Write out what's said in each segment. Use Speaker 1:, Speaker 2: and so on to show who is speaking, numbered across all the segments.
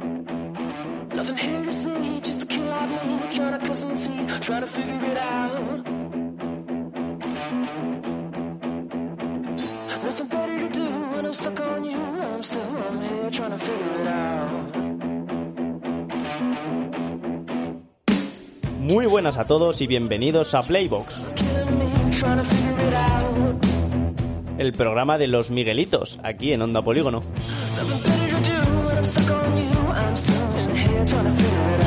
Speaker 1: Nothing here to see, just a kid like me trying to cut some teeth, trying to figure it out. Nothing better to do when I'm stuck on you. I'm still, I'm here trying to figure it out.
Speaker 2: Muy buenas a todos y bienvenidos a Playbox,
Speaker 1: Killing me, trying to figure it out.
Speaker 2: el programa de los Miguelitos, aquí en Onda Polígono.
Speaker 1: Nothing better to do when I'm stuck on you. I'm still in here trying to figure it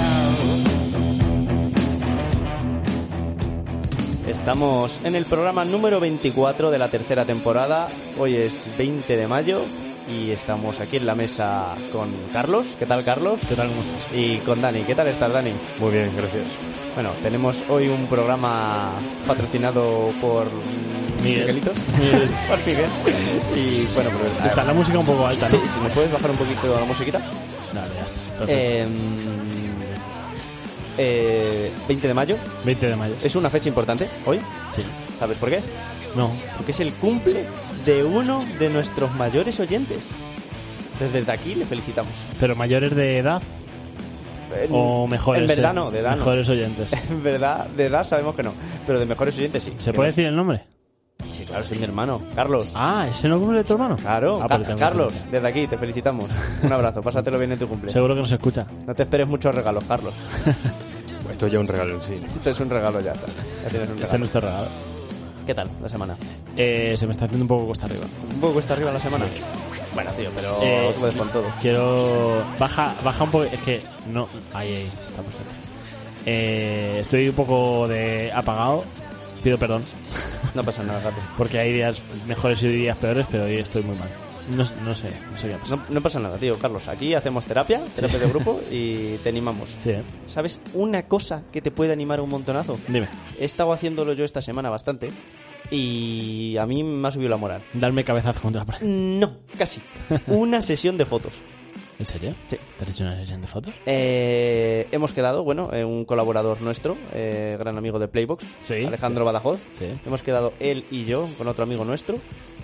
Speaker 1: out.
Speaker 2: Estamos en el programa número 24 de la tercera temporada, hoy es 20 de mayo y estamos aquí en la mesa con Carlos, ¿qué tal Carlos?
Speaker 3: ¿Qué tal? ¿Cómo estás?
Speaker 2: Y con Dani, ¿qué tal estás Dani?
Speaker 3: Muy bien, gracias.
Speaker 2: Bueno, tenemos hoy un programa patrocinado por mm,
Speaker 3: Miguel.
Speaker 2: Miguelitos, por Miguel. Y bueno, pues...
Speaker 3: Está la música un poco alta,
Speaker 2: Sí,
Speaker 3: ¿no?
Speaker 2: si me puedes bajar un poquito la musiquita.
Speaker 3: Dale, ya está. Perfecto.
Speaker 2: Eh, Em, eh, 20 de mayo
Speaker 3: 20 de mayo.
Speaker 2: es una fecha importante hoy.
Speaker 3: Sí.
Speaker 2: ¿Sabes por qué?
Speaker 3: No.
Speaker 2: Porque es el cumple de uno de nuestros mayores oyentes. Entonces, Desde aquí le felicitamos.
Speaker 3: ¿Pero mayores de edad
Speaker 2: En-
Speaker 3: o mejores?
Speaker 2: En verdad
Speaker 3: eh?
Speaker 2: no, de edad no.
Speaker 3: Mejores oyentes.
Speaker 2: En verdad, de edad sabemos que no. Pero de mejores oyentes sí.
Speaker 3: ¿Se
Speaker 2: Que
Speaker 3: puede
Speaker 2: no-
Speaker 3: decir el nombre?
Speaker 2: Sí, claro, soy mi hermano. Carlos.
Speaker 3: Ah, ¿ese no cumple de tu hermano?
Speaker 2: Claro,
Speaker 3: Ah,
Speaker 2: Ca-
Speaker 3: pues tengo
Speaker 2: Carlos,
Speaker 3: que decir.
Speaker 2: desde aquí te felicitamos. Un abrazo, pásatelo bien en tu cumple.
Speaker 3: Seguro que nos escucha.
Speaker 2: No te esperes muchos regalos, Carlos.
Speaker 4: Esto ya es un regalo en sí.
Speaker 2: Esto es un regalo ya. está. Ya tienes un
Speaker 3: Este es
Speaker 2: regalo.
Speaker 3: nuestro regalo.
Speaker 2: ¿Qué tal la semana?
Speaker 3: Eh, se me está haciendo un poco cuesta arriba.
Speaker 2: Un poco está arriba la semana. Bueno, tío, pero
Speaker 3: Eh,
Speaker 2: tú puedes con todo.
Speaker 3: Quiero... Baja, baja un poco... Es que... No... Ahí, ahí. Está perfecto. Eh, estoy un poco de apagado. Pido perdón.
Speaker 2: No pasa nada, Carlos.
Speaker 3: Porque hay días mejores y días peores, pero hoy estoy muy mal. No, no sé, no sé qué ha pasado.
Speaker 2: No, no pasa nada, tío, Carlos. Aquí hacemos terapia, terapia de grupo y te animamos.
Speaker 3: Sí, ¿eh?
Speaker 2: ¿Sabes una cosa que te puede animar un montonazo?
Speaker 3: dime.
Speaker 2: He estado haciéndolo yo esta semana bastante y a mí me ha subido la moral.
Speaker 3: Darme cabezazo contra la pared.
Speaker 2: No, casi. Una sesión de fotos.
Speaker 3: ¿En serio?
Speaker 2: Sí.
Speaker 3: ¿Te has hecho una sesión de fotos?
Speaker 2: Eh, hemos quedado, bueno, eh, un colaborador nuestro, eh, gran amigo de Playbox,
Speaker 3: Sí.
Speaker 2: Alejandro Badajoz.
Speaker 3: Sí.
Speaker 2: Hemos quedado él y yo con otro amigo nuestro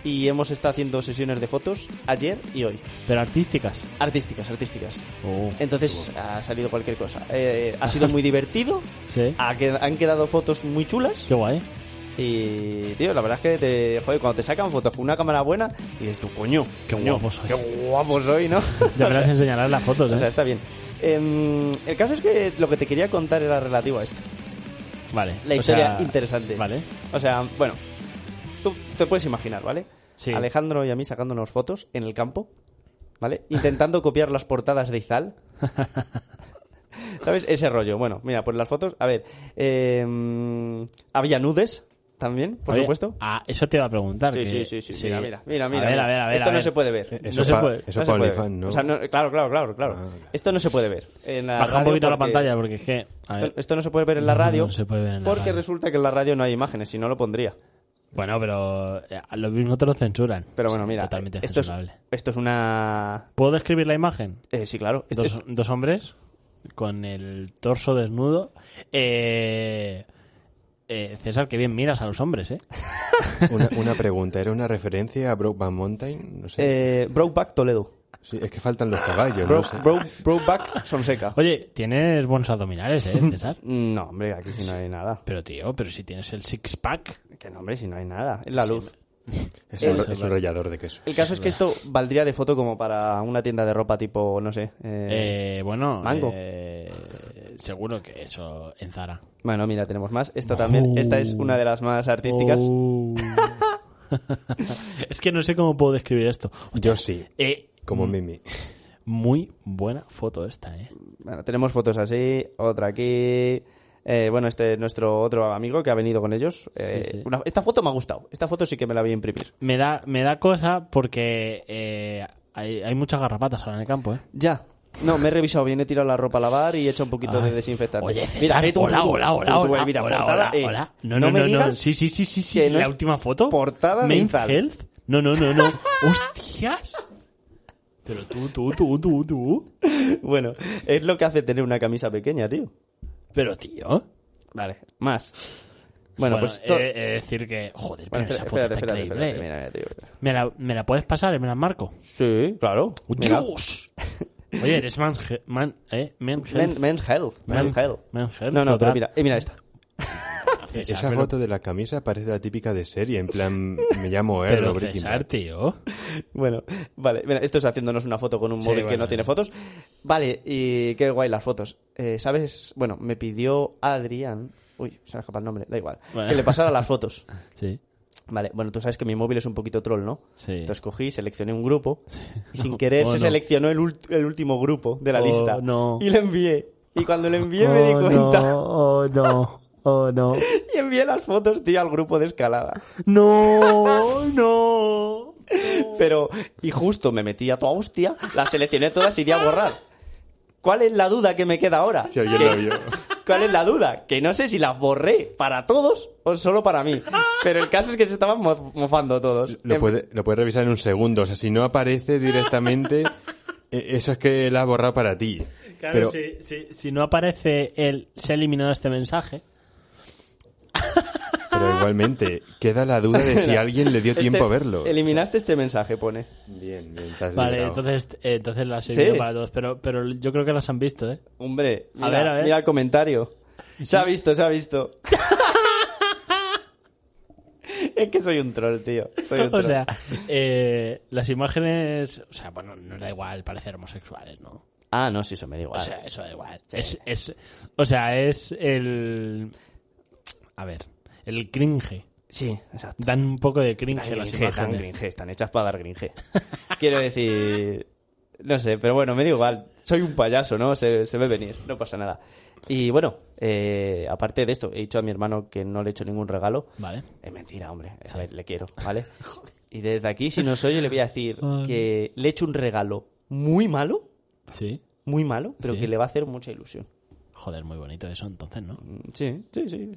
Speaker 2: y hemos estado haciendo sesiones de fotos ayer y hoy.
Speaker 3: Pero artísticas.
Speaker 2: Artísticas, artísticas.
Speaker 3: Oh.
Speaker 2: Entonces ha salido cualquier cosa. Eh, ha sido muy divertido.
Speaker 3: Sí.
Speaker 2: ha qued- han quedado fotos muy chulas.
Speaker 3: Qué guay.
Speaker 2: Y, tío, la verdad es que te, joder, cuando te sacan fotos con una cámara buena, y dices tú, coño,
Speaker 3: Qué
Speaker 2: coño,
Speaker 3: guapo soy.
Speaker 2: Qué guapo soy, ¿no?
Speaker 3: Ya me las enseñarás las fotos,
Speaker 2: o sea,
Speaker 3: ¿eh?
Speaker 2: está bien. Em, el caso es que lo que te quería contar era relativo a esto.
Speaker 3: Vale.
Speaker 2: La
Speaker 3: o
Speaker 2: historia
Speaker 3: sea,
Speaker 2: interesante.
Speaker 3: Vale.
Speaker 2: O sea, bueno, tú te puedes imaginar, ¿vale?
Speaker 3: Sí.
Speaker 2: Alejandro y a mí sacándonos fotos en el campo, ¿vale? Intentando copiar las portadas de Izal. ¿Sabes? Ese rollo. Bueno, mira, pues las fotos. A ver, eh, había nudes también, por
Speaker 3: Oye,
Speaker 2: supuesto.
Speaker 3: Ah, eso te iba a preguntar.
Speaker 2: Sí,
Speaker 3: que-
Speaker 2: sí, sí, sí, Mira, mira, mira, mira.
Speaker 3: A ver, a ver, a ver.
Speaker 2: Esto
Speaker 3: a
Speaker 2: no
Speaker 3: ver. Eh,
Speaker 2: se puede ver.
Speaker 3: No
Speaker 4: Eso
Speaker 3: se
Speaker 4: pa-
Speaker 3: puede.
Speaker 4: Eso
Speaker 2: No
Speaker 4: es
Speaker 2: se
Speaker 4: para
Speaker 2: puede
Speaker 4: OnlyFans,
Speaker 2: ver.
Speaker 4: ¿no?
Speaker 2: O sea, no- claro, claro, claro, claro.
Speaker 4: Ah, claro.
Speaker 2: Esto no se puede ver. en la
Speaker 3: Baja un
Speaker 2: radio
Speaker 3: poquito la
Speaker 2: porque-
Speaker 3: pantalla porque es que... a ver.
Speaker 2: Esto, esto no se puede ver en la
Speaker 3: No,
Speaker 2: radio
Speaker 3: no se puede ver en la
Speaker 2: porque
Speaker 3: radio.
Speaker 2: resulta que en la radio no hay imágenes, si no lo pondría.
Speaker 3: Bueno, pero eh, a lo mismo te lo censuran.
Speaker 2: Pero bueno,
Speaker 3: Sí,
Speaker 2: mira,
Speaker 3: Totalmente
Speaker 2: esto es,
Speaker 3: censurable.
Speaker 2: esto es una...
Speaker 3: ¿Puedo describir la imagen?
Speaker 2: eh, sí, claro. Esto
Speaker 3: dos,
Speaker 2: es-
Speaker 3: dos hombres con el torso desnudo. Eh, eh, César, que bien miras a los hombres, ¿eh?
Speaker 4: Una, una pregunta, ¿era una referencia a Brokeback Mountain? No sé.
Speaker 2: eh, Brokeback Toledo.
Speaker 4: Sí, es que faltan los caballos,
Speaker 2: Bro,
Speaker 4: no sé.
Speaker 2: bro, Brokeback Sonseca. Mm,
Speaker 3: Oye, tienes buenos abdominales, ¿eh, César?
Speaker 2: No, hombre, aquí si no hay nada.
Speaker 3: pero tío, pero si tienes el six-pack...
Speaker 2: Que no, hombre, si no hay nada. Es la luz.
Speaker 4: Es un,
Speaker 2: Eh,
Speaker 4: es un rallador de queso.
Speaker 2: El caso es que esto valdría de foto como para una tienda de ropa tipo, no sé. eh,
Speaker 3: Eh, bueno,
Speaker 2: Mango.
Speaker 3: eh, seguro que eso en Zara.
Speaker 2: Bueno, mira, tenemos más. Esta también.
Speaker 3: Oh.
Speaker 2: Esta es una de las más artísticas.
Speaker 3: Oh. es que no sé cómo puedo describir esto.
Speaker 4: Yo sí,
Speaker 3: Eh,
Speaker 4: como Mimi.
Speaker 3: muy buena foto esta, ¿eh?
Speaker 2: Bueno, tenemos fotos así, otra aquí. Eh, bueno, este es nuestro otro amigo que ha venido con ellos. Eh,
Speaker 3: Sí, sí.
Speaker 2: una- esta foto me ha gustado. Esta foto sí que me la voy a imprimir.
Speaker 3: Me da, me da cosa porque eh, hay, hay muchas garrapatas ahora en el campo, ¿eh?
Speaker 2: Ya. No, me he revisado bien, he tirado la ropa a lavar y he hecho un poquito de desinfectante.
Speaker 3: Ah. Oye,
Speaker 2: Mira,
Speaker 3: César,
Speaker 2: ve tú,
Speaker 3: hola,
Speaker 2: tú,
Speaker 3: hola,
Speaker 2: tú,
Speaker 3: hola,
Speaker 2: tú,
Speaker 3: hola,
Speaker 2: eh, mira,
Speaker 3: hola,
Speaker 2: portada,
Speaker 3: hola,
Speaker 2: eh,
Speaker 3: hola. No, no,
Speaker 2: me
Speaker 3: no, no,
Speaker 2: digas
Speaker 3: sí, sí, sí, sí, sí,
Speaker 2: que no
Speaker 3: la
Speaker 2: es
Speaker 3: última foto.
Speaker 2: portada de
Speaker 3: Main
Speaker 2: Izal.
Speaker 3: Health. No, no, no, no. ¡Hostias! Pero tú, tú, tú, tú, tú.
Speaker 2: Bueno, es lo que hace tener una camisa pequeña, tío.
Speaker 3: Pero, tío.
Speaker 2: Vale, más. Bueno, pues... to-
Speaker 3: he- he de decir que... Joder, pero
Speaker 2: Bueno,
Speaker 3: eh, esa
Speaker 2: espera,
Speaker 3: foto
Speaker 2: espérate,
Speaker 3: está
Speaker 2: espérate,
Speaker 3: increíble. eh.
Speaker 2: espérate, mira, mira, te digo.
Speaker 3: ¿Me, la, ¿Me la puedes pasar? eh? ¿Me la marco?
Speaker 2: Sí, claro. mira.
Speaker 3: ¡Dios! Oye, eres man... man eh, man
Speaker 2: Men- men's health. Men's
Speaker 3: Men-
Speaker 2: health.
Speaker 3: Men's health,
Speaker 2: No, no, pero
Speaker 3: total.
Speaker 2: mira, eh, mira esta.
Speaker 4: Esa foto de la camisa parece la típica de serie, en plan, me llamo
Speaker 3: Pero
Speaker 4: Erlo Breaking
Speaker 3: César,
Speaker 4: Bad.
Speaker 3: tío.
Speaker 2: Bueno, vale, mira, esto es haciéndonos una foto con un
Speaker 3: Sí,
Speaker 2: móvil que
Speaker 3: bueno,
Speaker 2: no tiene
Speaker 3: bueno.
Speaker 2: fotos. Vale, y qué guay las fotos. Eh, ¿Sabes? Bueno, me pidió Adrián. Uy, se me escapa el nombre, da igual.
Speaker 3: Bueno.
Speaker 2: Que le pasara las fotos.
Speaker 3: Sí.
Speaker 2: Vale, bueno, tú sabes que mi móvil es un poquito troll, ¿no?
Speaker 3: Sí.
Speaker 2: Entonces cogí, seleccioné un grupo y sin querer
Speaker 3: Oh,
Speaker 2: se
Speaker 3: no.
Speaker 2: seleccionó el, ult- el último grupo de la
Speaker 3: Oh,
Speaker 2: lista.
Speaker 3: no.
Speaker 2: Y lo envié. Y cuando lo envié me di cuenta
Speaker 3: Oh, no. Oh, no.
Speaker 2: y envié las fotos, tío, al grupo de escalada.
Speaker 3: No, no.
Speaker 2: Pero, y justo me metí a toda hostia, las seleccioné todas y di a borrar. ¿Cuál es la duda que me queda ahora?
Speaker 4: Si alguien
Speaker 2: Que-
Speaker 4: la vio.
Speaker 2: ¿Cuál es la duda? Que no sé si las borré para todos o solo para mí. Pero el caso es que se estaban mo- mofando todos.
Speaker 4: Lo
Speaker 2: En-
Speaker 4: puede, lo puede revisar en un segundo, o sea, si no aparece directamente, eh, eso es que la has borrado para ti.
Speaker 3: Claro,
Speaker 4: Pero
Speaker 3: si, si, si no aparece el se ha eliminado este mensaje.
Speaker 4: Pero igualmente, queda la duda de si alguien le dio
Speaker 2: Este-
Speaker 4: tiempo a verlo.
Speaker 2: Eliminaste este mensaje, pone.
Speaker 4: Bien, bien, te has
Speaker 3: Vale,
Speaker 4: librado.
Speaker 3: entonces, eh, entonces las he visto para todos. Pero, pero yo creo que las han visto, ¿eh?
Speaker 2: Hombre, mira,
Speaker 3: A ver, a ver.
Speaker 2: mira el comentario. Se ha visto, se ha visto. es que soy un troll, tío. Soy un
Speaker 3: O
Speaker 2: troll.
Speaker 3: sea, eh, las imágenes. O sea, bueno, no da igual parecer homosexuales, ¿no?
Speaker 2: Ah, no, sí, eso me da igual.
Speaker 3: O sea, eso da igual. Es, es, o sea, es el. A ver, el cringe.
Speaker 2: sí, exacto.
Speaker 3: Dan un poco de cringe
Speaker 2: Dan
Speaker 3: las
Speaker 2: gringe, dan
Speaker 3: imágenes.
Speaker 2: gringe, están hechas para dar gringe. Quiero decir... No sé, pero bueno, me da igual. Soy un payaso, ¿no? Se, se ve venir, no pasa nada. Y bueno, eh, aparte de esto, he dicho a mi hermano que no le he hecho ningún regalo.
Speaker 3: Vale.
Speaker 2: Es mentira, hombre. A ver, le quiero, ¿vale? Y desde aquí, si nos oye, le voy a decir que le he hecho un regalo muy malo,
Speaker 3: Sí.
Speaker 2: muy malo, pero
Speaker 3: Sí.
Speaker 2: que le va a hacer mucha ilusión. Mm,
Speaker 3: Joder, muy bonito eso entonces, ¿no?
Speaker 2: Sí, sí, sí.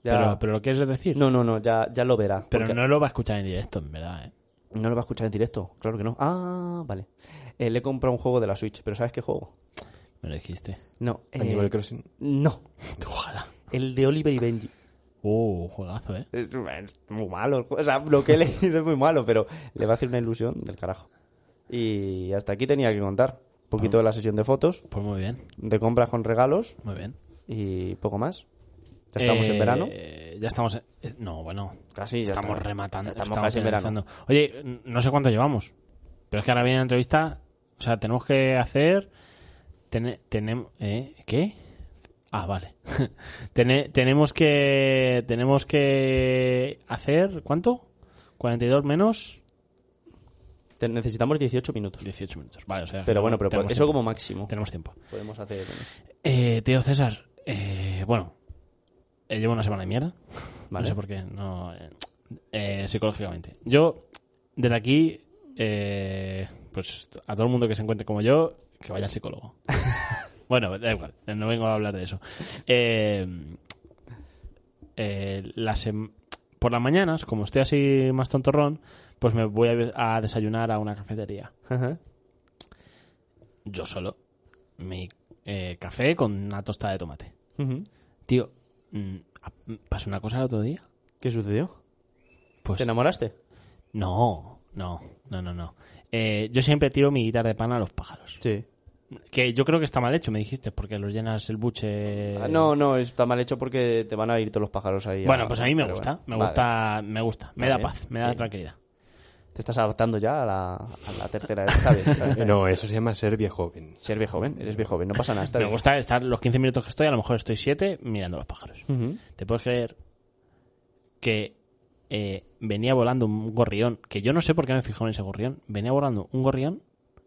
Speaker 3: Pero, pero lo quieres decir.
Speaker 2: No, no, no, ya, ya lo verá.
Speaker 3: pero
Speaker 2: porque-
Speaker 3: no lo va a escuchar en directo, en verdad, ¿eh?
Speaker 2: ¿No lo va a escuchar en directo? Claro que no. Ah, vale. Eh, le he comprado un juego de la Switch, pero ¿sabes qué juego?
Speaker 3: Me lo dijiste.
Speaker 2: No. eh,
Speaker 4: Animal Crossing.
Speaker 2: no.
Speaker 3: Ojalá.
Speaker 2: El de Oliver y Benji.
Speaker 3: Uh, juegazo, ¿eh?
Speaker 2: Es, es muy malo. el juego. O sea, lo que he leído es muy malo, pero le va a hacer una ilusión del carajo. Y hasta aquí tenía que contar. Un poquito de la sesión de fotos,
Speaker 3: Pues muy bien,
Speaker 2: de compras con regalos
Speaker 3: muy bien.
Speaker 2: y poco más. Ya estamos
Speaker 3: Eh,
Speaker 2: en verano.
Speaker 3: Ya estamos... en- eh, No, bueno.
Speaker 2: Casi, ya
Speaker 3: estamos
Speaker 2: está.
Speaker 3: rematando.
Speaker 2: Ya estamos casi en verano.
Speaker 3: finalizando. Oye, n- no sé cuánto llevamos. Pero es que ahora viene la entrevista. O sea, tenemos que hacer... tene- Tenemos... ¿eh? ¿Qué? Ah, vale. Tene- tenemos que... Tenemos que... Hacer... ¿Cuánto? 42 menos
Speaker 2: Te- Necesitamos 18 minutos.
Speaker 3: 18 minutos. Vale, o sea...
Speaker 2: Pero bueno, pero
Speaker 3: tenemos
Speaker 2: eso
Speaker 3: tiempo.
Speaker 2: como máximo.
Speaker 3: Tenemos tiempo.
Speaker 2: Podemos hacer.
Speaker 3: Eh, tío César, eh, bueno, eh, llevo una semana de mierda.
Speaker 2: Vale.
Speaker 3: No sé por qué, no, eh, eh, psicológicamente. Yo, desde aquí, eh, pues a todo el mundo que se encuentre como yo, que vaya al psicólogo. bueno, da igual, eh, no vengo a hablar de eso. Eh, eh, la sem- por las mañanas, como estoy así más tontorrón, pues me voy a- a desayunar a una cafetería
Speaker 2: Ajá.
Speaker 3: yo solo mi eh, café con una tostada de tomate.
Speaker 2: Ujú.
Speaker 3: Tío, mm, a- mm, pasó una cosa el otro día.
Speaker 2: ¿Qué sucedió?
Speaker 3: Pues
Speaker 2: ¿Te enamoraste?
Speaker 3: no, no, no, no, no. Eh, yo siempre tiro mi guitarra de pan a los pájaros.
Speaker 2: Sí.
Speaker 3: Que yo creo que está mal hecho, me dijiste, porque los llenas el buche.
Speaker 2: Ah, no, no, está mal hecho porque te van a ir todos los pájaros ahí.
Speaker 3: Bueno, pues a mí me
Speaker 2: pero
Speaker 3: gusta,
Speaker 2: bueno.
Speaker 3: me
Speaker 2: Vale.
Speaker 3: gusta, me gusta, me da
Speaker 2: Vale,
Speaker 3: paz, me da
Speaker 2: sí.
Speaker 3: tranquilidad.
Speaker 2: Te estás adaptando ya a la, a la tercera edad. Está bien. está bien.
Speaker 4: Eh, No, eso se llama ser viejo joven.
Speaker 2: Ser viejo joven, eres viejo joven, no pasa nada. Está
Speaker 3: Me
Speaker 2: bien.
Speaker 3: gusta estar los 15 minutos que estoy, a lo mejor estoy 7 mirando los pájaros.
Speaker 2: Ujú.
Speaker 3: ¿Te puedes creer que eh, venía volando un gorrión? Que yo no sé por qué me fijó en ese gorrión. Venía volando un gorrión,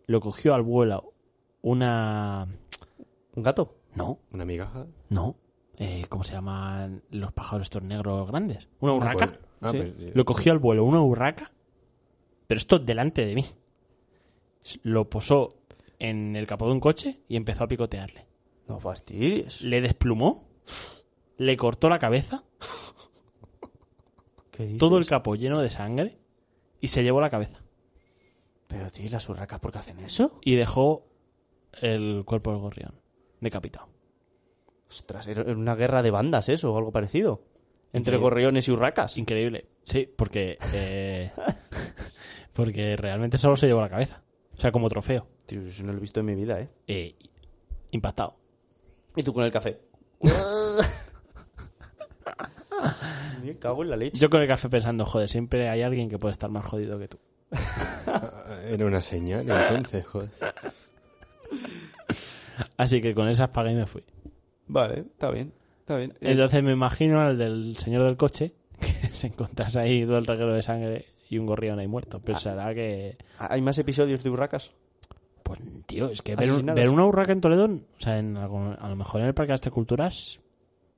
Speaker 3: lo cogió al vuelo una...
Speaker 2: ¿Un gato?
Speaker 3: No,
Speaker 4: ¿Una migaja?
Speaker 3: no. eh, ¿cómo se llaman los pájaros estos negros grandes? Una
Speaker 4: Una
Speaker 3: urraca.
Speaker 4: col- ah,
Speaker 3: Sí.
Speaker 4: pero-
Speaker 3: Lo cogió al vuelo una urraca, pero esto delante de mí. S- Lo posó en el capó de un coche y empezó a picotearle.
Speaker 2: No fastidies.
Speaker 3: Le desplumó, le cortó la cabeza,
Speaker 2: ¿Qué dices?
Speaker 3: todo el capó lleno de sangre y se llevó la cabeza.
Speaker 2: Pero, tío, ¿y las urracas por qué hacen eso?
Speaker 3: Y dejó el cuerpo del gorrión, decapitado.
Speaker 2: Ostras, era era una guerra de bandas eso, o algo parecido. Entre
Speaker 3: Increíble.
Speaker 2: gorriones y urracas.
Speaker 3: Increíble. Sí, porque, eh, porque realmente solo se llevó la cabeza. O sea, como trofeo.
Speaker 2: Tío, eso no lo he visto en mi vida, ¿eh?
Speaker 3: Eh, impactado.
Speaker 2: Y tú con el café. Me cago en la leche.
Speaker 3: Yo con el café pensando, joder, siempre hay alguien que puede estar más jodido que tú.
Speaker 4: Ah, Era una señal, entonces, joder.
Speaker 3: Así que con esas pagué y me fui.
Speaker 2: Eh. Vale, está bien. Está bien. Eh,
Speaker 3: Entonces me imagino al del señor del coche que se encontrase ahí todo el reguero de sangre y un gorrión ahí muerto. Pensará que...
Speaker 2: ¿Hay más episodios de urracas?
Speaker 3: Pues, tío, es que ver, un-
Speaker 2: Asesinados.
Speaker 3: ver una urraca en Toledo, o sea, en algún- a lo mejor en el Parque de las Culturas,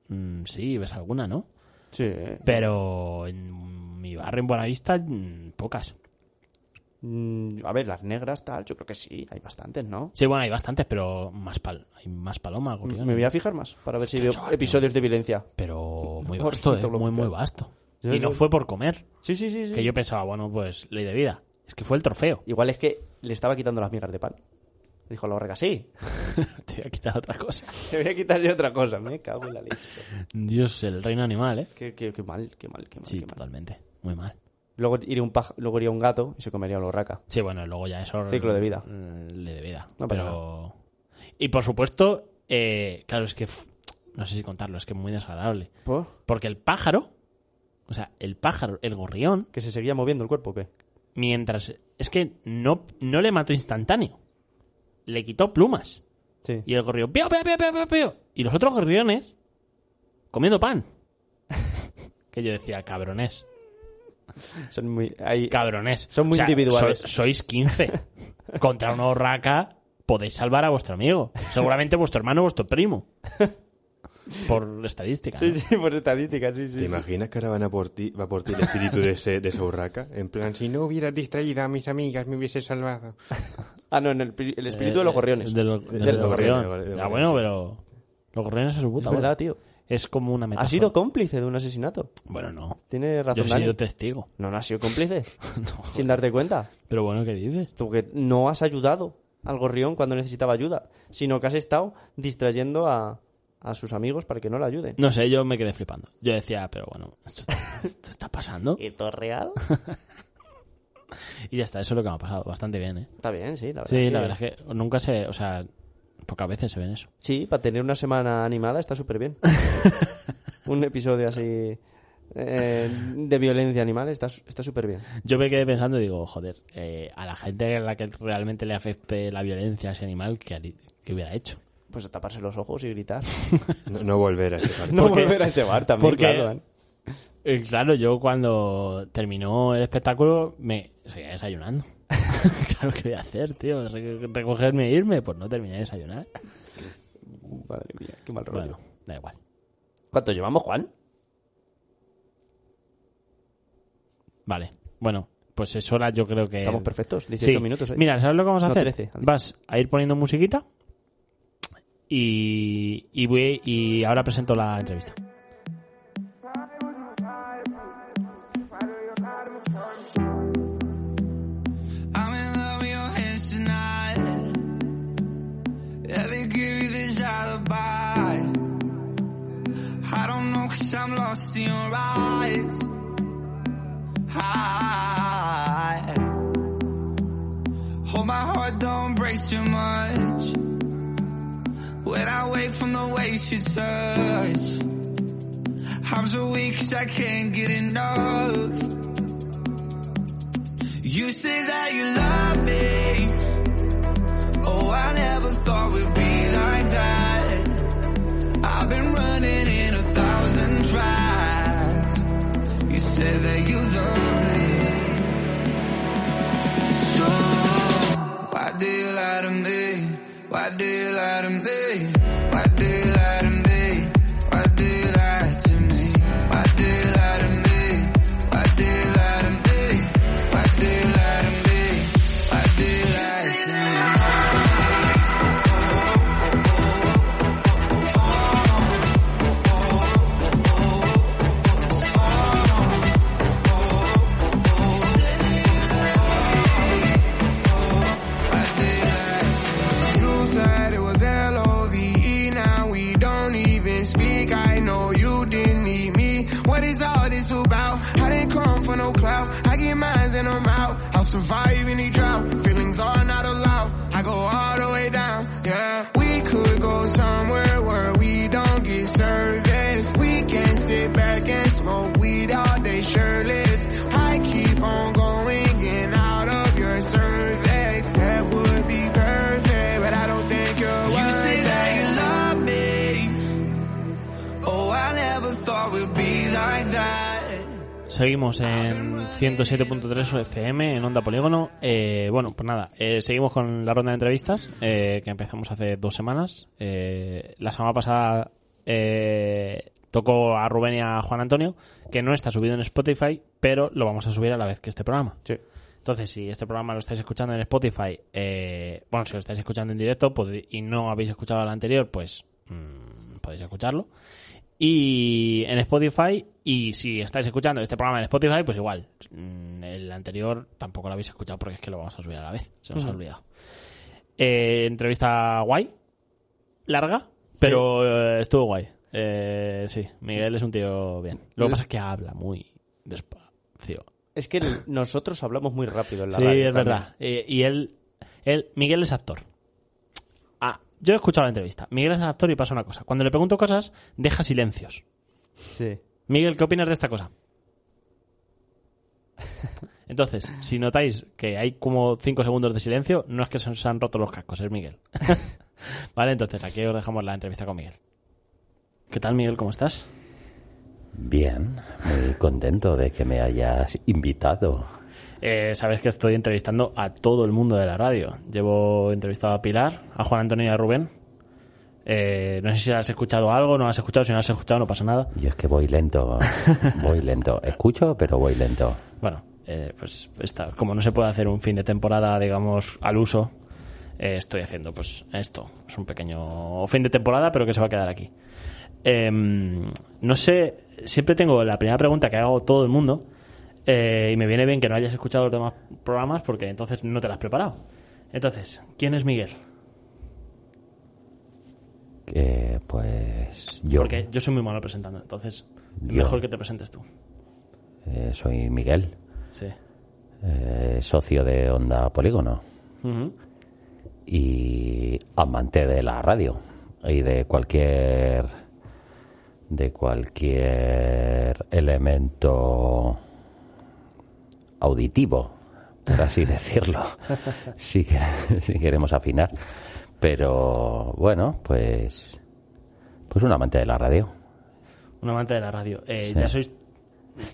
Speaker 3: mm, sí, ves alguna, ¿no?
Speaker 2: Sí.
Speaker 3: Pero en mi barrio, en Buenavista, mm, pocas.
Speaker 2: Mm, a ver, las negras, tal, yo creo que sí. Hay bastantes, ¿no?
Speaker 3: Sí, bueno, hay bastantes, pero más pal hay más paloma, gorrión.
Speaker 2: Me voy a fijar más para ver si veo
Speaker 3: chaval,
Speaker 2: episodios de violencia.
Speaker 3: Pero muy
Speaker 2: Por
Speaker 3: vasto,
Speaker 2: cierto,
Speaker 3: eh, muy,
Speaker 2: lo-
Speaker 3: muy vasto.
Speaker 2: Yo
Speaker 3: Y no
Speaker 2: lo-
Speaker 3: fue por comer,
Speaker 2: Sí, sí, sí. sí.
Speaker 3: que yo pensaba, bueno, pues ley de vida. Es que fue el trofeo.
Speaker 2: Igual es que le estaba quitando las migas de pan. Dijo la urraca, sí.
Speaker 3: Te voy a quitar otra cosa.
Speaker 2: Te voy a quitar yo otra cosa. Me cago en la leche.
Speaker 3: Dios, el reino animal, ¿eh?
Speaker 2: Qué, qué- qué mal, qué mal, qué mal,
Speaker 3: Sí,
Speaker 2: qué mal.
Speaker 3: totalmente. Muy mal.
Speaker 2: Luego iría, un paj- luego iría un gato y se comería la urraca.
Speaker 3: Sí, bueno, luego ya eso...
Speaker 2: Ciclo de vida.
Speaker 3: mm, Ley de vida.
Speaker 2: No pasa
Speaker 3: pero... Y por supuesto, eh, claro, es que... f- No sé si contarlo, es que es muy desagradable.
Speaker 2: ¿Por?
Speaker 3: Porque el pájaro, o sea, el pájaro, el gorrión,
Speaker 2: ¿Que se seguía moviendo el cuerpo o qué?
Speaker 3: mientras... Es que no, no le mató instantáneo. Le quitó plumas.
Speaker 2: Sí.
Speaker 3: Y el gorrión, pío, pío, pío, pío, pío, pío. Y los otros gorriones, comiendo pan. que yo decía, cabrones,
Speaker 2: Son muy... Hay...
Speaker 3: cabrones.
Speaker 2: Son muy individuales.
Speaker 3: so- sois 15. Contra una horraca podéis salvar a vuestro amigo. Seguramente vuestro hermano o vuestro primo. Por estadística.
Speaker 2: Sí,
Speaker 3: ¿no?
Speaker 2: sí, por estadística, sí, sí.
Speaker 4: ¿Te imaginas que ahora van a por ti, va por ti el espíritu de, ese, de esa urraca? En plan, si no hubieras distraído a mis amigas, me hubiese salvado.
Speaker 2: Ah, no, en el, pri- el espíritu de los gorriones.
Speaker 3: De lo- Eh, del
Speaker 4: del
Speaker 3: gorrión.
Speaker 4: gorrión, del
Speaker 3: Ah, bueno,
Speaker 4: gorrión, sí.
Speaker 3: pero. Los gorriones a su
Speaker 2: Es
Speaker 3: puta.
Speaker 2: verdad,
Speaker 3: bola.
Speaker 2: tío.
Speaker 3: Es como una metáfora.
Speaker 2: Ha sido cómplice de un asesinato.
Speaker 3: Bueno, no.
Speaker 2: Tiene
Speaker 3: Yo
Speaker 2: razón
Speaker 3: he
Speaker 2: Dani.
Speaker 3: sido testigo.
Speaker 2: No, no has sido cómplice.
Speaker 3: No.
Speaker 2: sin darte cuenta.
Speaker 3: Pero bueno, ¿qué dices?
Speaker 2: Tú que no has ayudado al gorrión cuando necesitaba ayuda, sino que has estado distrayendo a, a sus amigos para que no le ayuden.
Speaker 3: No sé, yo me quedé flipando. Yo decía, pero bueno, esto está, esto está pasando.
Speaker 2: ¿Esto es real?
Speaker 3: Y ya está, eso es lo que me ha pasado. Bastante bien, ¿eh?
Speaker 2: Está bien, sí, la verdad.
Speaker 3: Sí,
Speaker 2: que-
Speaker 3: la verdad es que nunca se. O sea, pocas veces se ven eso.
Speaker 2: Sí, para tener una semana animada está súper bien. Un episodio así eh, de violencia animal está su- está súper bien.
Speaker 3: Yo me quedé pensando y digo, joder, eh, a la gente a la que realmente le afecte la violencia a ese animal, ¿qué, harí- qué hubiera hecho?
Speaker 2: Pues a taparse los ojos y gritar.
Speaker 4: No, no volver a ese parque.
Speaker 2: No
Speaker 3: Porque-
Speaker 2: volver a ese bar también,
Speaker 3: porque-
Speaker 2: claro. ¿eh?
Speaker 3: Eh, claro, yo cuando terminó el espectáculo me seguía desayunando. claro, ¿qué voy a hacer, tío? Re- ¿Recogerme e irme? Pues no terminé de desayunar.
Speaker 2: Madre mía, qué mal rollo.
Speaker 3: Bueno, Eh, da igual.
Speaker 2: ¿Cuánto llevamos, Juan?
Speaker 3: Vale. Bueno, pues es hora, yo creo que.
Speaker 2: Estamos perfectos, 18
Speaker 3: Sí.
Speaker 2: minutos. ¿eh?
Speaker 3: Mira, ¿sabes lo que vamos a
Speaker 2: No,
Speaker 3: hacer?
Speaker 2: 13, Andy.
Speaker 3: Vas a ir poniendo musiquita y, y, voy- y ahora presento la entrevista.
Speaker 5: I'm in love with your hands tonight. Yeah, they give you this alibi. I don't know cause I'm lost in your eyes. I hope my heart don't break too much. When I wake from the waist you touch. I'm so weak cause I can't get enough. You say that you love me. Oh, I never thought we'd be like that. I've been running in a thousand tries. You said that you love me. So, why do you lie to me? Why do you lie to me? Why do you lie to me? Why do E, I didn't come for no clout. I get mines and I'm out. I'll survive any drought. Feelings are not allowed. I go all the way down. Yeah, we could go somewhere where we don't get service. We can sit back and smoke weed all day shirtless. I keep on going and out of your cervix. That would be perfect, but I don't think you're. You say that you love me. Oh, I never thought we'd be like that.
Speaker 3: Seguimos en 107.3 FM en Onda Polígono. Eh, bueno, pues nada, eh, seguimos con la ronda de entrevistas eh, que empezamos hace dos semanas. Eh, la semana pasada eh, tocó a Rubén y a Juan Antonio, que no está subido en Spotify, pero lo vamos a subir a la vez que este programa.
Speaker 2: Sí.
Speaker 3: Entonces, si este programa lo estáis escuchando en Spotify, eh, bueno, si lo estáis escuchando en directo pod- y no habéis escuchado el anterior, pues mm, podéis escucharlo. Y en Spotify, y si estáis escuchando este programa en Spotify, pues igual. Mm, El anterior tampoco lo habéis escuchado porque es que lo vamos a subir a la vez. Se nos ha olvidado. Eh, entrevista guay, larga, pero eh, estuvo guay. Eh, sí, Miguel es un tío bien. Lo que pasa es que habla muy despacio.
Speaker 2: Es que el- nosotros hablamos muy rápido en la
Speaker 3: Sí,
Speaker 2: radio
Speaker 3: es
Speaker 2: también.
Speaker 3: verdad. Eh, y él, él, Miguel es actor. Ah, yo he escuchado la entrevista. Miguel es actor y pasa una cosa. Cuando le pregunto cosas, deja silencios.
Speaker 2: Sí.
Speaker 3: Miguel, ¿qué opinas de esta cosa? Entonces, si notáis que hay como 5 segundos de silencio, no es que se nos han roto los cascos, es Miguel. vale, entonces aquí os dejamos la entrevista con Miguel. ¿Qué tal, Miguel? ¿Cómo estás?
Speaker 6: Bien, muy contento de que me hayas invitado.
Speaker 3: Eh, Sabes que estoy entrevistando a todo el mundo de la radio. Llevo entrevistado a Pilar, a Juan Antonio y a Rubén. Eh, no sé si has escuchado algo, no has escuchado, si no has escuchado no pasa nada.
Speaker 6: Yo es que voy lento, voy lento. Escucho, pero voy lento.
Speaker 3: Bueno, eh, pues está, como no se puede hacer un fin de temporada, digamos, al uso, eh, estoy haciendo pues esto. Es un pequeño fin de temporada, pero que se va a quedar aquí. Em, no sé, siempre tengo la primera pregunta que hago todo el mundo eh, y me viene bien que no hayas escuchado los demás programas porque entonces no te las has preparado. Entonces, ¿quién es Miguel?
Speaker 6: Que Eh, pues yo
Speaker 3: Porque yo soy muy malo presentando, entonces es
Speaker 6: Yo.
Speaker 3: mejor que te presentes tú.
Speaker 6: eh, soy Miguel,
Speaker 3: Sí.
Speaker 6: eh, socio de Onda Polígono
Speaker 3: Ujú.
Speaker 6: y amante de la radio y de cualquier de cualquier elemento auditivo, por así decirlo, si, que- si queremos afinar. Pero bueno, pues, pues un amante de la radio.
Speaker 3: Un amante de la radio. Eh, Ya sois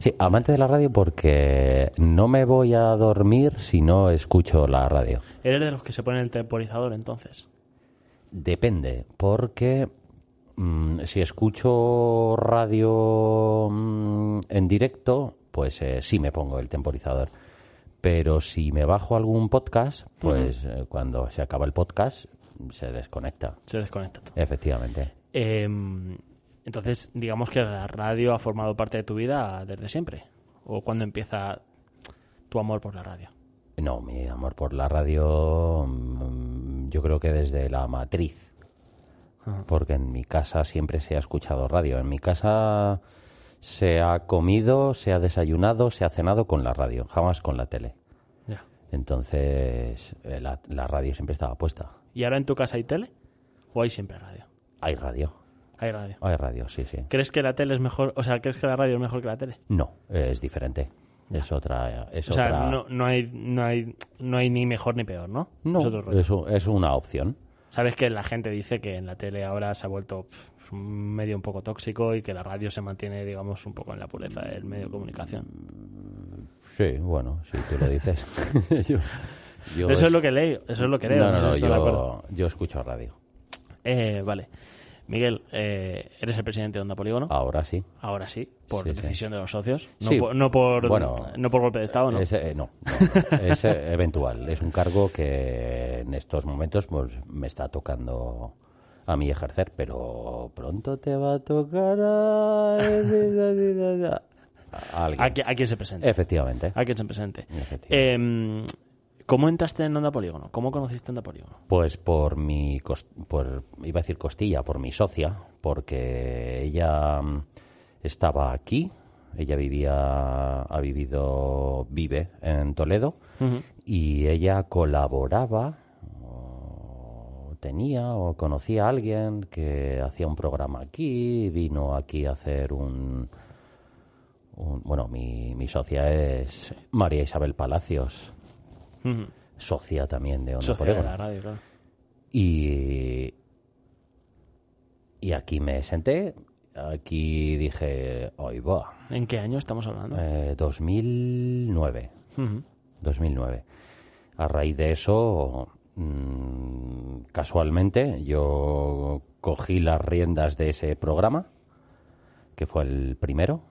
Speaker 6: Sí, amante de la radio porque no me voy a dormir si no escucho la radio.
Speaker 3: Eres de los que se ponen el temporizador entonces.
Speaker 6: Depende, porque mm, si escucho radio mm, en directo, pues eh, sí me pongo el temporizador. Pero si me bajo algún podcast, pues eh, cuando se acaba el podcast, se desconecta.
Speaker 3: Se desconecta todo.
Speaker 6: Efectivamente.
Speaker 3: Eh, entonces, digamos que la radio ha formado parte de tu vida desde siempre. ¿O cuando empieza tu amor por la radio?
Speaker 6: No, mi amor por la radio, mm, yo creo que desde la matriz.
Speaker 3: Ah.
Speaker 6: Porque en mi casa siempre se ha escuchado radio. En mi casa se ha comido, se ha desayunado, se ha cenado con la radio, jamás con la tele.
Speaker 3: Ya.
Speaker 6: Entonces, eh, la, la radio siempre estaba puesta.
Speaker 3: ¿Y ahora en tu casa hay tele? ¿O hay siempre radio?
Speaker 6: Hay radio,
Speaker 3: Hay radio.
Speaker 6: hay radio, sí, sí.
Speaker 3: ¿Crees que la tele es mejor? O sea, ¿crees que la radio es mejor que la tele?
Speaker 6: No, eh, es diferente. Es otra. Es
Speaker 3: o sea,
Speaker 6: otra...
Speaker 3: no, no, hay, no, hay, no hay ni mejor ni peor, ¿no?
Speaker 6: No,
Speaker 3: Es otro rollo.
Speaker 6: es u- es una opción.
Speaker 3: Sabes que la gente dice que en la tele ahora se ha vuelto pf, un medio un poco tóxico y que la radio se mantiene, digamos, un poco en la pureza del medio de comunicación.
Speaker 6: Sí, bueno, si tú lo dices. Yo- yo
Speaker 3: eso es
Speaker 6: es-
Speaker 3: lo que leí, eso es lo que leo.
Speaker 6: No, no, no,
Speaker 3: sé si me acuerdo.
Speaker 6: yo, yo escucho radio.
Speaker 3: Eh, vale. Miguel, eh, eres el presidente de Onda Polígono.
Speaker 6: Ahora sí.
Speaker 3: Ahora sí, por
Speaker 6: Ah. Sí, sí.
Speaker 3: decisión de los socios. No,
Speaker 6: Sí.
Speaker 3: por, no, por,
Speaker 6: Bueno.
Speaker 3: no por golpe de Estado, ¿no?
Speaker 6: Ese, eh, no, no, es eh, eventual. Es un cargo que en estos momentos pues, me está tocando a mí ejercer, pero pronto te va a tocar a, a alguien.
Speaker 3: ¿A, qui- a quién se presente?
Speaker 6: Efectivamente.
Speaker 3: A quién se presente.
Speaker 6: Efectivamente.
Speaker 3: Eh, ¿Cómo entraste en Onda Polígono? ¿Cómo conociste Onda Polígono?
Speaker 6: Pues por mi, cos- por, iba a decir costilla, por mi socia, porque ella mm, estaba aquí Ella vivía, ha vivido, vive en Toledo y ella colaboraba, o tenía o conocía a alguien que hacía un programa aquí, vino aquí a hacer un, un- bueno, mi, mi socia es María Isabel Palacios,
Speaker 3: Ujú.
Speaker 6: socia también de Onda
Speaker 3: Socia de
Speaker 6: Polígono.
Speaker 3: la radio, claro.
Speaker 6: Y, y aquí me senté, aquí dije, hoy va,
Speaker 3: ¿En qué año estamos hablando?
Speaker 6: eh, 2009.
Speaker 3: Ujú.
Speaker 6: 2009. A raíz de eso, mm, casualmente, yo cogí las riendas de ese programa, que fue el primero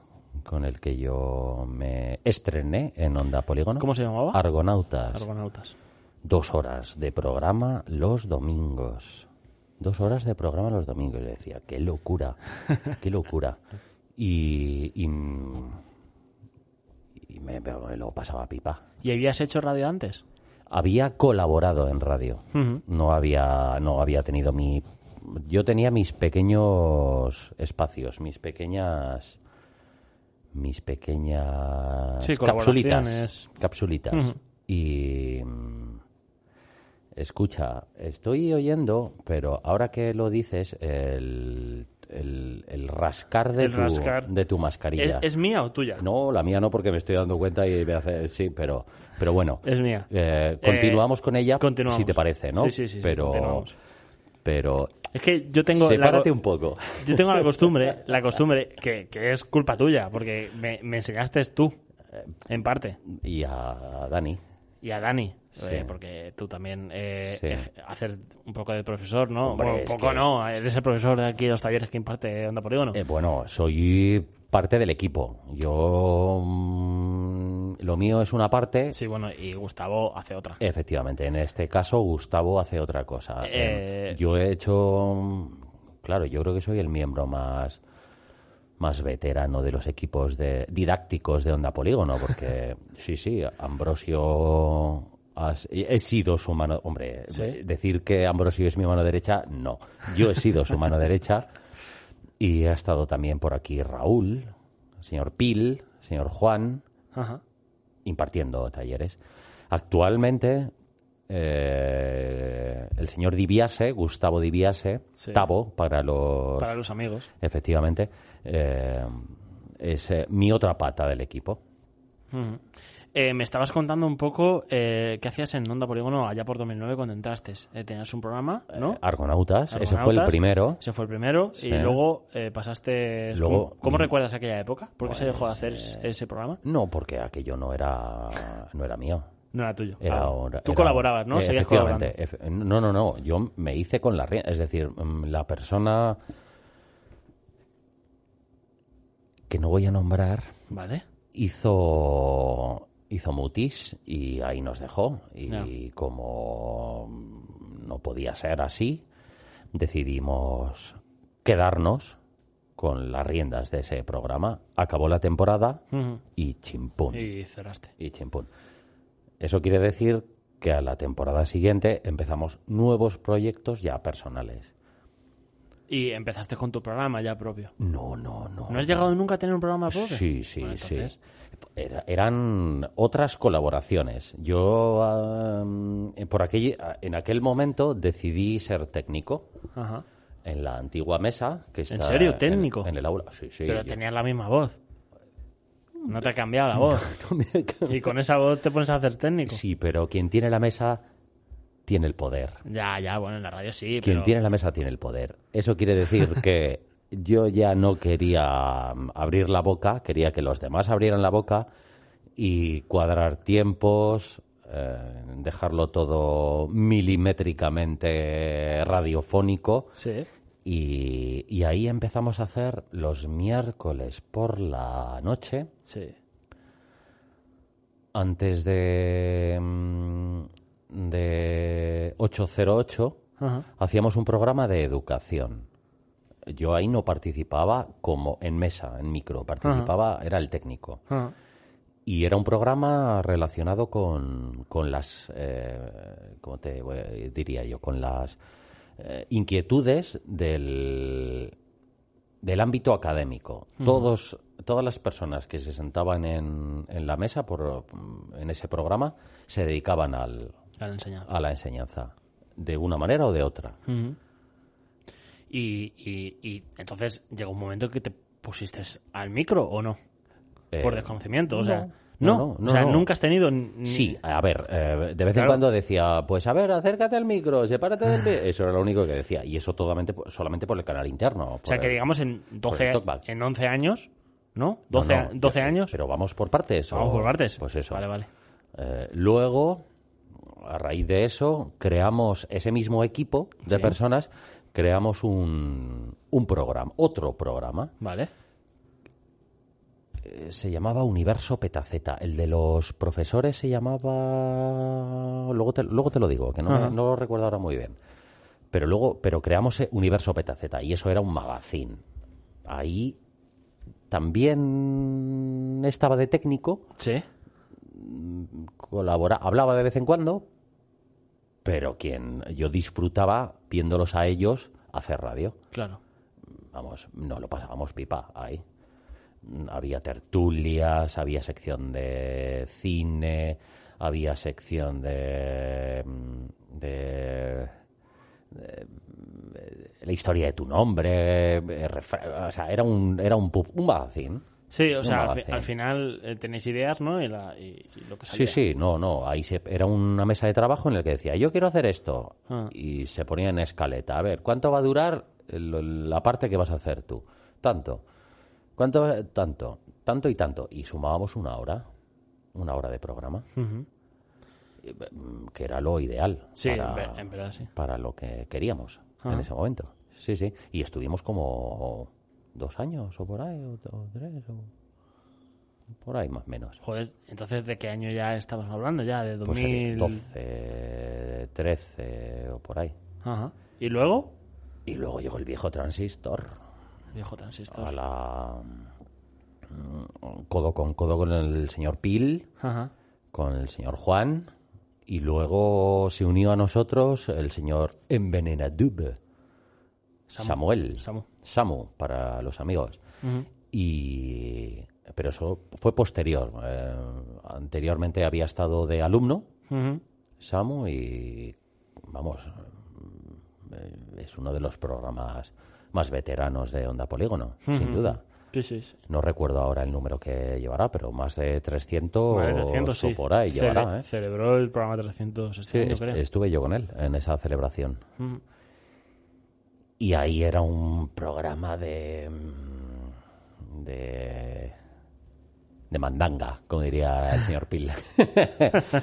Speaker 6: con el que yo me estrené en Onda Polígono.
Speaker 3: ¿Cómo se llamaba?
Speaker 6: Argonautas.
Speaker 3: Argonautas.
Speaker 6: Dos horas de programa los domingos. Dos horas de programa los domingos. Yo decía, qué locura, qué locura. Y, y, y me, me lo pasaba pipa
Speaker 3: ¿Y habías hecho radio antes?
Speaker 6: había colaborado en radio.
Speaker 3: Ujú.
Speaker 6: No había no había tenido mi yo tenía mis pequeños espacios, mis pequeñas mis pequeñas
Speaker 3: Sí,
Speaker 6: capsulitas,
Speaker 3: colaboraciones.
Speaker 6: capsulitas.
Speaker 3: Ujú.
Speaker 6: Y mm, escucha, estoy oyendo, pero ahora que lo dices el el, el rascar de
Speaker 3: El
Speaker 6: tu
Speaker 3: rascar.
Speaker 6: de tu
Speaker 3: ¿Es,
Speaker 6: mascarilla.
Speaker 3: es mía o tuya?
Speaker 6: No, la mía no porque me estoy dando cuenta y me hace sí, pero pero bueno.
Speaker 3: Es mía.
Speaker 6: Eh, continuamos con ella,
Speaker 3: continuamos.
Speaker 6: si te parece, ¿no?
Speaker 3: Sí, sí, sí, sí,
Speaker 6: Pero,
Speaker 3: continuamos.
Speaker 6: pero
Speaker 3: Es que yo tengo... la...
Speaker 6: sepárate
Speaker 3: co-
Speaker 6: un poco.
Speaker 3: Yo tengo la costumbre, la costumbre que, que es culpa tuya, porque me, me enseñaste tú, en parte,
Speaker 6: Y a Dani.
Speaker 3: y a Dani,
Speaker 6: Sí.
Speaker 3: eh, porque tú también eh,
Speaker 6: Sí.
Speaker 3: eh, hacer un poco de profesor, ¿no?
Speaker 6: Hombre,
Speaker 3: Bueno, un
Speaker 6: es
Speaker 3: poco
Speaker 6: que-
Speaker 3: no, eres el profesor de aquí de los talleres que imparte Onda Polígono.
Speaker 6: Eh, bueno, soy parte del equipo. Yo mm, lo mío es una parte.
Speaker 3: Sí, bueno, y Gustavo hace otra.
Speaker 6: eh, Efectivamente, en este caso Gustavo hace otra cosa.
Speaker 3: Eh,
Speaker 6: Eh, yo he hecho, mm, claro, yo creo que soy el miembro más más veterano de los equipos de, didácticos de Onda Polígono, porque sí, sí, Ambrosio has- he sido su mano, hombre,
Speaker 3: ¿Sí?
Speaker 6: decir que Ambrosio es mi mano derecha, no, yo he sido su mano derecha y ha estado también por aquí Raúl, señor Pil, señor Juan,
Speaker 3: Ajá.
Speaker 6: impartiendo talleres. Actualmente, eh, el señor Diviase, Gustavo Diviase,
Speaker 3: Sí.
Speaker 6: Tavo, para los.
Speaker 3: Para los amigos.
Speaker 6: Efectivamente, eh, es eh, mi otra pata del equipo.
Speaker 3: Ujú. Eh, me estabas contando un poco eh, qué hacías en Onda Polígono allá por 2009 cuando entraste. Eh, tenías un programa, ¿no?
Speaker 6: Eh, Argonautas, ese fue el
Speaker 3: Argonautas.
Speaker 6: primero.
Speaker 3: Ese fue el primero.
Speaker 6: Sí.
Speaker 3: Y luego eh, pasaste.
Speaker 6: Luego- mm.
Speaker 3: ¿Cómo, cómo recuerdas aquella época? ¿Por qué se
Speaker 6: Pues,
Speaker 3: dejó de hacer ese programa?
Speaker 6: No, porque aquello no era, no era mío.
Speaker 3: No era tuyo.
Speaker 6: Era
Speaker 3: Ah,
Speaker 6: hora-
Speaker 3: Tú
Speaker 6: era-
Speaker 3: colaborabas, ¿no?
Speaker 6: Eh,
Speaker 3: Seguías
Speaker 6: efectivamente. efe- no, no, no. Yo me hice con la rienda. Es decir, mm, la persona que no voy a nombrar
Speaker 3: colaborando. Vale.
Speaker 6: hizo hizo mutis y ahí nos dejó y
Speaker 3: Ya.
Speaker 6: como no podía ser así decidimos quedarnos con las riendas de ese programa acabó la temporada
Speaker 3: Ujú.
Speaker 6: y chimpún
Speaker 3: Y cerraste.
Speaker 6: y chimpún. Eso quiere decir que a la temporada siguiente empezamos nuevos proyectos ya personales.
Speaker 3: Y empezaste con tu programa ya propio.
Speaker 6: No, no, no.
Speaker 3: ¿No has llegado nunca a tener un programa propio?
Speaker 6: Sí, sí,
Speaker 3: Bueno,
Speaker 6: sí.
Speaker 3: entonces,
Speaker 6: Era- eran otras colaboraciones. Yo ah, por aquel, en aquel momento decidí ser técnico
Speaker 3: Ajá.
Speaker 6: en la antigua mesa que está
Speaker 3: serio? ¿Técnico?
Speaker 6: en, en el aula. Sí, sí.
Speaker 3: Pero
Speaker 6: yo-
Speaker 3: tenías la misma voz. No te ha cambiado la voz.
Speaker 6: No me-
Speaker 3: Y con esa voz te pones a hacer técnico.
Speaker 6: sí, pero quien tiene la mesa tiene el poder.
Speaker 3: Ya, ya, bueno, en la radio sí.
Speaker 6: Quien
Speaker 3: pero...
Speaker 6: tiene la mesa tiene el poder. Eso quiere decir que yo ya no quería mm, abrir la boca, quería que los demás abrieran la boca y cuadrar tiempos, eh, dejarlo todo milimétricamente radiofónico.
Speaker 3: Sí.
Speaker 6: Y, y ahí empezamos a hacer los miércoles por la noche,
Speaker 3: Sí.
Speaker 6: antes de, mm, de 808
Speaker 3: Ajá.
Speaker 6: hacíamos un programa de educación. Yo ahí no participaba como en mesa, en micro, participaba, era el técnico.
Speaker 3: Ajá.
Speaker 6: Y era un programa relacionado con, con las, eh, ¿cómo te eh, diría yo? Con las eh, inquietudes del, del ámbito académico. Todos todas las personas que se sentaban en, en la mesa por, en ese programa se dedicaban al,
Speaker 3: Ya lo he enseñado.
Speaker 6: a la enseñanza, de una manera o de otra.
Speaker 3: Ujú. y, y- y entonces llegó un momento que te pusiste al micro o no.
Speaker 6: Eh,
Speaker 3: Por desconocimiento, o sea. No,
Speaker 6: No, no, no,
Speaker 3: o sea,
Speaker 6: no.
Speaker 3: nunca has tenido. ni-
Speaker 6: Sí, a ver, eh, de vez
Speaker 3: Claro.
Speaker 6: en cuando decía, pues a ver, acércate al micro, sepárate del... mi-". Eso era lo único que decía, y eso totalmente, po- solamente por el canal interno.
Speaker 3: O sea, que digamos en 12,
Speaker 6: el talkback.
Speaker 3: en 11 años, ¿no? 12, a- 12 años.
Speaker 6: Pero vamos por partes.
Speaker 3: Vamos
Speaker 6: o-
Speaker 3: por partes.
Speaker 6: Pues eso.
Speaker 3: Vale, vale.
Speaker 6: Eh, luego, a raíz de eso, creamos ese mismo equipo de
Speaker 3: Sí.
Speaker 6: personas, creamos un, un programa, otro programa,
Speaker 3: Vale.
Speaker 6: eh, se llamaba Universo Petaceta. El de los profesores se llamaba... Luego te, luego te lo digo, que no, me-
Speaker 3: Ajá.
Speaker 6: no lo recuerdo ahora muy bien. Pero luego, pero creamos eh, Universo Petaceta y eso era un magazine. Ahí también estaba de técnico,
Speaker 3: Sí.
Speaker 6: colabora, hablaba de vez en cuando, pero quien yo disfrutaba viéndolos a ellos hacer radio.
Speaker 3: Claro.
Speaker 6: Vamos, no lo pasábamos pipa ahí. Mm, Había tertulias, había sección de cine, había sección de, mm, de, de, mm, la historia de tu nombre, eh, refra- o sea, era un era un, pub- un magazine.
Speaker 3: Sí, o
Speaker 6: Un
Speaker 3: sea, al, fi-
Speaker 6: magazine.
Speaker 3: al final eh, tenéis ideas, ¿no? Y, la- y- y lo que
Speaker 6: Sí,
Speaker 3: salía.
Speaker 6: sí, no, no. Ahí se- era una mesa de trabajo en la que decía, yo quiero hacer esto.
Speaker 3: Ah.
Speaker 6: Y se ponía en escaleta. A ver, ¿cuánto va a durar el- la parte que vas a hacer tú? Tanto. ¿Cuánto? va- Tanto. Tanto y tanto. Y sumábamos una hora. Una hora de programa.
Speaker 3: Ujú.
Speaker 6: eh, mm, Que era lo ideal.
Speaker 3: Sí,
Speaker 6: para-
Speaker 3: en, ver- en verdad, sí.
Speaker 6: para lo que queríamos en
Speaker 3: Ajá.
Speaker 6: ese momento. Sí, sí. Y estuvimos como dos años o por ahí, o, o tres, o por ahí más o menos.
Speaker 3: Joder, entonces, ¿de qué año ya estamos hablando? Ya, de
Speaker 6: Pues
Speaker 3: 2000.
Speaker 6: el 12, 13 o por ahí.
Speaker 3: Ajá. ¿Y luego?
Speaker 6: Y luego llegó el viejo transistor
Speaker 3: Viejo transistor.
Speaker 6: a la mm, codo con codo con el señor Pil,
Speaker 3: Ajá.
Speaker 6: con el señor Juan y luego se unió a nosotros el señor Envenenadub
Speaker 3: Samu.
Speaker 6: Samuel
Speaker 3: Samu.
Speaker 6: Samu para los amigos.
Speaker 3: Ujú.
Speaker 6: Y pero eso fue posterior. Eh, anteriormente había estado de alumno
Speaker 3: Ujú.
Speaker 6: Samu y vamos eh, es uno de los programas más veteranos de Onda Polígono, sin duda.
Speaker 3: Sí, sí, sí.
Speaker 6: No recuerdo ahora el número que llevará, pero más de 300,
Speaker 3: Vale, 300,
Speaker 6: o
Speaker 3: sí.
Speaker 6: Oh, por ahí
Speaker 3: Cele-
Speaker 6: llevará. ¿eh?
Speaker 3: Celebró el programa 300 este
Speaker 6: Sí,
Speaker 3: año,
Speaker 6: est-
Speaker 3: creo.
Speaker 6: estuve yo con él en esa celebración.
Speaker 3: Ujú.
Speaker 6: Y ahí era un programa de mm, de de mandanga, como diría el señor Pil.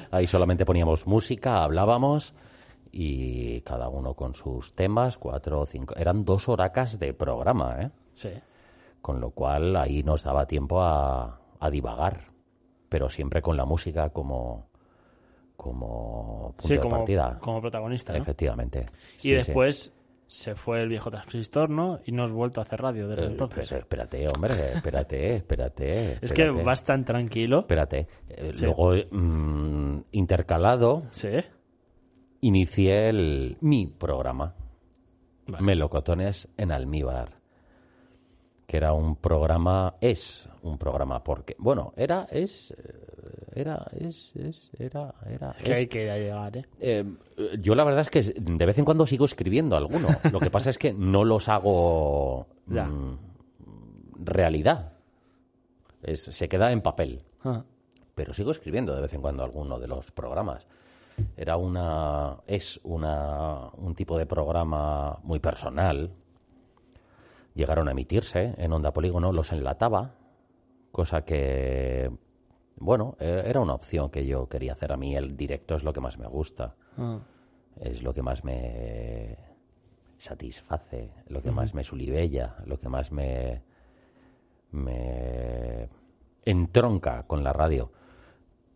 Speaker 6: Ahí solamente poníamos música, hablábamos y cada uno con sus temas, cuatro o cinco. Eran dos horacas de programa, ¿eh?
Speaker 3: Sí.
Speaker 6: Con lo cual ahí nos daba tiempo a, a divagar, pero siempre con la música como, como punto
Speaker 3: Sí,
Speaker 6: de
Speaker 3: como,
Speaker 6: partida.
Speaker 3: como protagonista. ¿no?
Speaker 6: Efectivamente. Eh,
Speaker 3: Y después se fue el viejo transistor, ¿no? Y no has vuelto a hacer radio desde entonces.
Speaker 6: Entonces, espérate, hombre, espérate, espérate.
Speaker 3: es que
Speaker 6: pues, eh, espérate,
Speaker 3: vas tan tranquilo.
Speaker 6: Espérate. Eh,
Speaker 3: Sí.
Speaker 6: Luego, mm, intercalado,
Speaker 3: Sí.
Speaker 6: inicié el, mi programa,
Speaker 3: Vale.
Speaker 6: Melocotones en Almíbar, que era un programa, es un programa, porque, bueno, era, es, eh, era, es, es, era, era,
Speaker 3: Es que
Speaker 6: es.
Speaker 3: hay que ir a llegar, ¿eh?
Speaker 6: Eh, eh, yo la verdad es que de vez en cuando sigo escribiendo alguno, lo que pasa es que no los hago
Speaker 3: Ya.
Speaker 6: mm, realidad, Es- se queda en papel
Speaker 3: Ah.
Speaker 6: pero sigo escribiendo de vez en cuando alguno de los programas. Era una es una un tipo de programa muy personal. Llegaron a emitirse en Onda Polígono, los enlataba, cosa que bueno, e- era una opción que yo quería hacer a mí el directo es lo que más me gusta,
Speaker 3: Ah.
Speaker 6: es lo que más me satisface, lo que más me sulibella, lo que más me me entronca con la radio.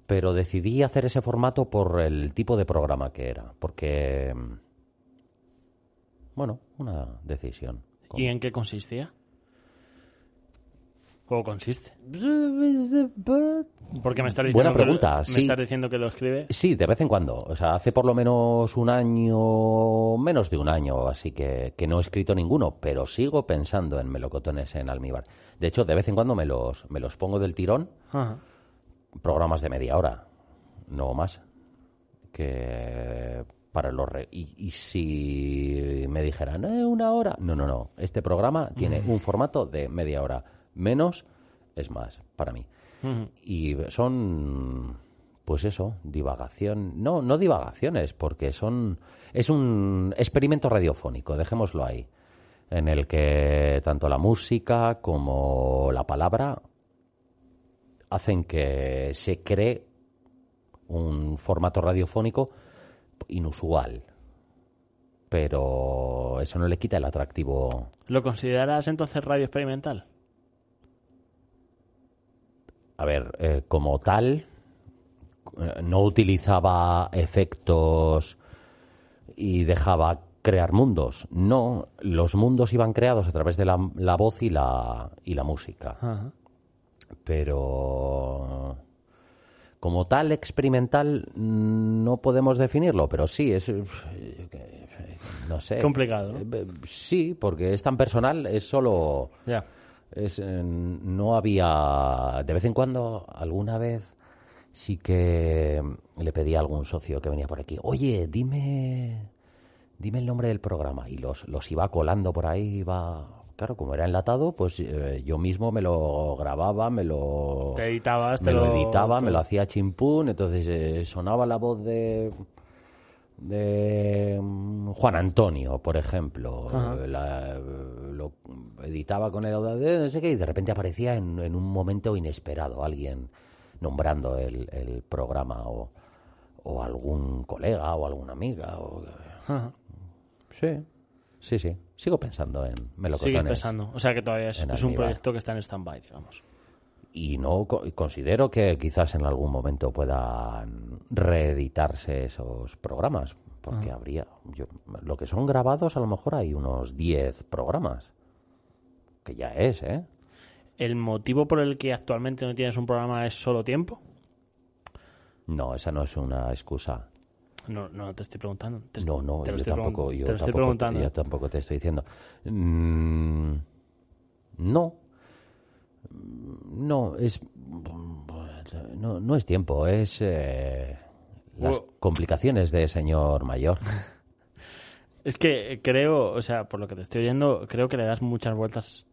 Speaker 6: Pero decidí hacer ese formato por el tipo de programa que era, porque mm, bueno, una decisión.
Speaker 3: ¿Y en qué consistía? juego consiste? Porque me estás diciendo,
Speaker 6: Buena
Speaker 3: que lo-
Speaker 6: pregunta,
Speaker 3: me
Speaker 6: sí.
Speaker 3: estás diciendo que lo escribe.
Speaker 6: Sí, de vez en cuando. O sea, hace por lo menos un año, menos de un año, así que, que no he escrito ninguno, pero sigo pensando en melocotones en almíbar. De hecho, de vez en cuando me los, me los pongo del tirón,
Speaker 3: Ajá.
Speaker 6: programas de media hora, no más. Que para los re- y, y si me dijeran "Eh, una hora, no, no, no. Este programa tiene un formato de media hora, menos es más para mí. Y son, pues eso, divagación. No, no divagaciones, porque son. Es un experimento radiofónico, dejémoslo ahí. En el que tanto la música como la palabra hacen que se cree un formato radiofónico inusual. Pero eso no le quita el atractivo
Speaker 3: ¿Lo consideras entonces radio experimental?
Speaker 6: A ver, eh, como tal, eh, no utilizaba efectos y dejaba crear mundos. No, los mundos iban creados a través de la, la voz y la, y la música.
Speaker 3: Ajá.
Speaker 6: Pero como tal experimental mm, no podemos definirlo, pero sí, es... eh, No sé.
Speaker 3: Complicado, ¿no?
Speaker 6: Eh, eh, Sí, porque es tan personal, es solo...
Speaker 3: Ya.
Speaker 6: Es, eh, no había. De vez en cuando, alguna vez, sí que le pedía a algún socio que venía por aquí: Oye, dime. Dime el nombre del programa. Y los, los iba colando por ahí, iba. Claro, como era enlatado, pues eh, yo mismo me lo grababa, me lo.
Speaker 3: Te editabas, te
Speaker 6: oh, me lo,
Speaker 3: este lo-
Speaker 6: editaba,
Speaker 3: te-
Speaker 6: me lo hacía chimpún, entonces eh, sonaba la voz de de mm, Juan Antonio, por ejemplo, eh, la- lo editaba con el Audacity, no sé qué, y de repente aparecía en, en un momento inesperado alguien nombrando el, el programa o, o algún colega o alguna amiga. o- Sí, sí, sí. Sigo pensando en melocotones.
Speaker 3: Sigue pensando. O sea que todavía es,
Speaker 6: en
Speaker 3: es un
Speaker 6: almíbar.
Speaker 3: proyecto que está en stand-by, digamos.
Speaker 6: y no co- considero que quizás en algún momento puedan reeditarse esos programas porque habría yo, lo que son grabados a lo mejor hay unos 10 programas que ya es eh
Speaker 3: ¿El motivo por el que actualmente no tienes un programa es solo tiempo?
Speaker 6: no esa no es una excusa
Speaker 3: No, no te estoy preguntando. Te est-
Speaker 6: no no
Speaker 3: te lo
Speaker 6: yo
Speaker 3: estoy pregun-
Speaker 6: tampoco yo
Speaker 3: te lo estoy
Speaker 6: tampoco-
Speaker 3: preguntando.
Speaker 6: yo tampoco te estoy diciendo Mm, no no es no, no es tiempo es eh, las
Speaker 3: Bueno.
Speaker 6: complicaciones de señor mayor
Speaker 3: Es que creo, o sea, por lo que te estoy oyendo, creo que le das muchas vueltas.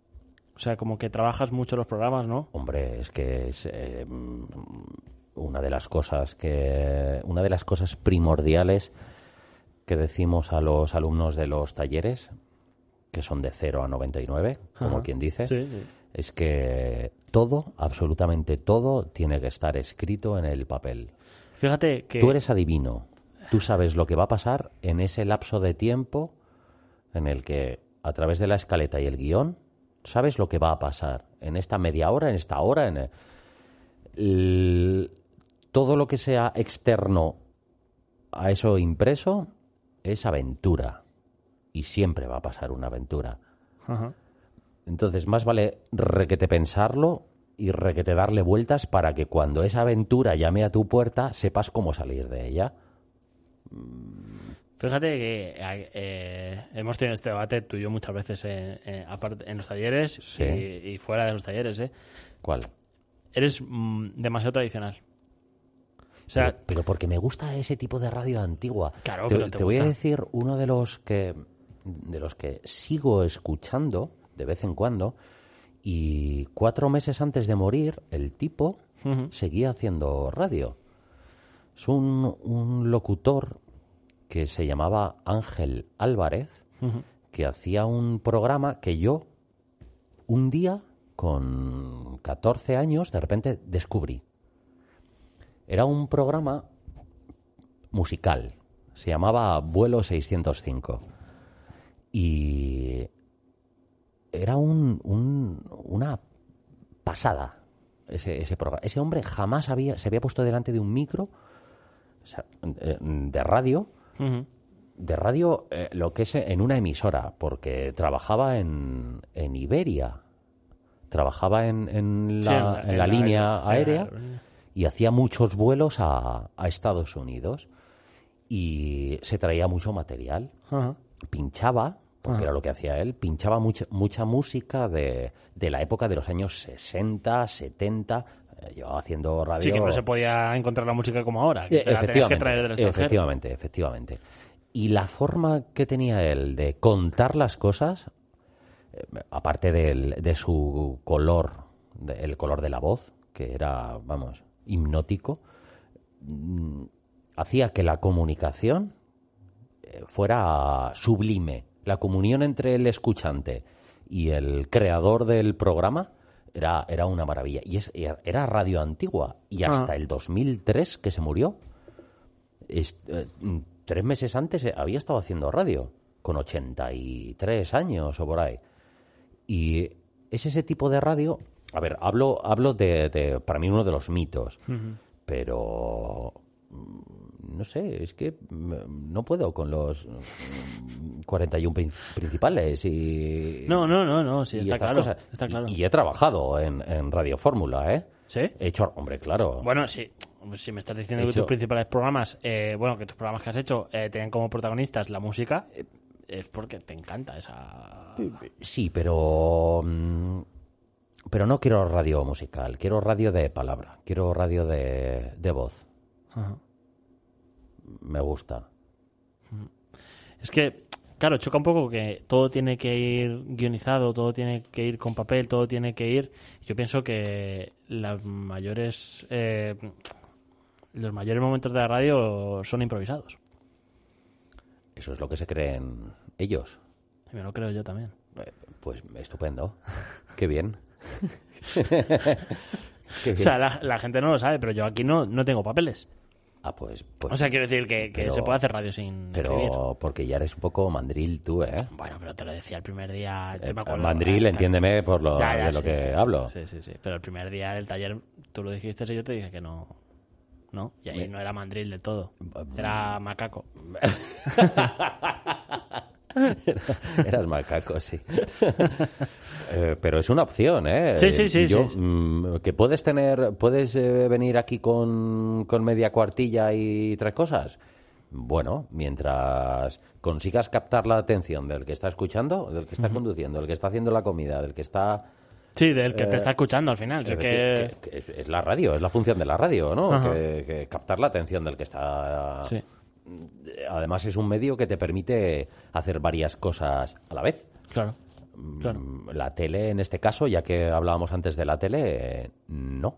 Speaker 3: O sea, como que trabajas mucho los programas, ¿no?
Speaker 6: Hombre, es que es eh, mm, una de las cosas que una de las cosas primordiales que decimos a los alumnos de los talleres que son de 0 a 99, como
Speaker 3: Ajá.
Speaker 6: quien dice,
Speaker 3: Sí, sí.
Speaker 6: es que todo, absolutamente todo tiene que estar escrito en el papel.
Speaker 3: Fíjate que...
Speaker 6: Tú eres adivino. Tú sabes lo que va a pasar en ese lapso de tiempo en el que, a través de la escaleta y el guión, sabes lo que va a pasar. En esta media hora, en esta hora, en. el- Todo lo que sea externo a eso impreso es aventura. Y siempre va a pasar una aventura.
Speaker 3: Ajá.
Speaker 6: Entonces, más vale requete pensarlo y requete darle vueltas para que cuando esa aventura llame a tu puerta, sepas cómo salir de ella.
Speaker 3: Fíjate que eh, eh, hemos tenido este debate tú y yo muchas veces en, en- aparte- en los talleres
Speaker 6: Sí.
Speaker 3: y, y fuera de los talleres, ¿eh?
Speaker 6: ¿Cuál?
Speaker 3: Eres mm, demasiado tradicional. O sea,
Speaker 6: pero, pero porque me gusta ese tipo de radio antigua.
Speaker 3: Claro,
Speaker 6: te,
Speaker 3: pero te
Speaker 6: te voy a
Speaker 3: gusta.
Speaker 6: decir uno de los que de los que sigo escuchando de vez en cuando y cuatro meses antes de morir el tipo
Speaker 3: Ujú.
Speaker 6: seguía haciendo radio. Es un, un locutor que se llamaba Ángel Álvarez que hacía un programa que yo un día con 14 años de repente descubrí. Era un programa musical. Se llamaba Vuelo 605. Y era un, un- una pasada ese, ese programa. Ese hombre jamás había, se había puesto delante de un micro o sea, eh, de radio
Speaker 3: ujú.
Speaker 6: de radio, eh, lo que es en una emisora, porque trabajaba en, en Iberia. Trabajaba en, en
Speaker 3: Sí,
Speaker 6: la, en la línea aérea
Speaker 3: en la-
Speaker 6: y hacía muchos vuelos a, a Estados Unidos y se traía mucho material.
Speaker 3: Ajá.
Speaker 6: Pinchaba, porque
Speaker 3: Ajá.
Speaker 6: era lo que hacía él, pinchaba mucha, mucha música de, de la época de los años 60, 70. eh, Llevaba haciendo radio.
Speaker 3: Sí, que no se podía encontrar la música como ahora. Que
Speaker 6: Eh,
Speaker 3: te la tenías que traer del extranjero.
Speaker 6: efectivamente, efectivamente. Y la forma que tenía él de contar las cosas, eh, aparte del- de su color, de- el color de la voz, que era, vamos, hipnótico, mm, hacía que la comunicación eh, fuera sublime. La comunión entre el escuchante y el creador del programa era, era una maravilla. Y es- era radio antigua. Y hasta
Speaker 3: Ah.
Speaker 6: el 2003 que se murió, es- eh, mm, tres meses antes eh, había estado haciendo radio, con 83 años o por ahí. Y es ese tipo de radio. A ver, hablo, hablo de, de, para mí, uno de los mitos. Pero. mm, No sé, es que mm, no puedo con los mm, 41 prin- principales y.
Speaker 3: No, no, no, no, sí,
Speaker 6: y
Speaker 3: está
Speaker 6: estas
Speaker 3: claro.
Speaker 6: cosas.
Speaker 3: Está claro.
Speaker 6: Y, y he trabajado en, en Radio Fórmula, ¿eh?
Speaker 3: ¿Sí?
Speaker 6: He hecho, hombre, claro.
Speaker 3: Bueno, sí. Si me estás diciendo
Speaker 6: De
Speaker 3: que
Speaker 6: hecho-
Speaker 3: tus principales programas, eh, bueno, que tus programas que has hecho eh, tenían como protagonistas la música, eh, es porque te encanta esa...
Speaker 6: Sí, pero. mm, Pero no quiero radio musical, quiero radio de palabra, quiero radio de, de voz. Me gusta.
Speaker 3: Es que, claro, choca un poco que todo tiene que ir guionizado, todo tiene que ir con papel, todo tiene que ir. Yo pienso que las mayores. eh, los mayores momentos de la radio son improvisados.
Speaker 6: Eso es lo que se creen ellos.
Speaker 3: Y me lo creo yo también.
Speaker 6: Eh, Pues estupendo. Qué bien. Qué bien.
Speaker 3: O sea, la, la gente no lo sabe, pero yo aquí no, no tengo papeles.
Speaker 6: ah, pues, pues-
Speaker 3: O sea, quiero decir que, que
Speaker 6: pero-
Speaker 3: se puede hacer radio sin escribir.
Speaker 6: Pero porque ya eres un poco mandril tú, ¿eh?
Speaker 3: Bueno, pero te lo decía el primer día. yo
Speaker 6: Eh,
Speaker 3: me acuerdo-
Speaker 6: mandril,
Speaker 3: Ah,
Speaker 6: entiéndeme por lo,
Speaker 3: Ya, ya,
Speaker 6: de lo
Speaker 3: sí,
Speaker 6: que
Speaker 3: sí, sí,
Speaker 6: hablo.
Speaker 3: Sí, sí, sí. Pero el primer día del taller tú lo dijiste y yo te dije que no. No, y ahí no era mandril de todo.
Speaker 6: Em,
Speaker 3: Era macaco.
Speaker 6: Eras macaco, sí. Eh, pero es una opción, ¿eh?
Speaker 3: Sí, sí, sí,
Speaker 6: Yo,
Speaker 3: sí.
Speaker 6: mm, que puedes tener, puedes eh, venir aquí con, con media cuartilla y tres cosas. Bueno, mientras consigas captar la atención del que está escuchando, del que está conduciendo, del que está haciendo la comida, del que está...
Speaker 3: Sí, del que te está escuchando al final. si es que...
Speaker 6: Eh, que- que es, es la radio, es la función de la radio, ¿no?
Speaker 3: Ajá.
Speaker 6: Que, que captar la atención del que está...
Speaker 3: Sí.
Speaker 6: eh, Además es un medio que te permite hacer varias cosas a la vez.
Speaker 3: Claro. Claro.
Speaker 6: Mm, La tele, en este caso, ya que hablábamos antes de la tele, eh, no.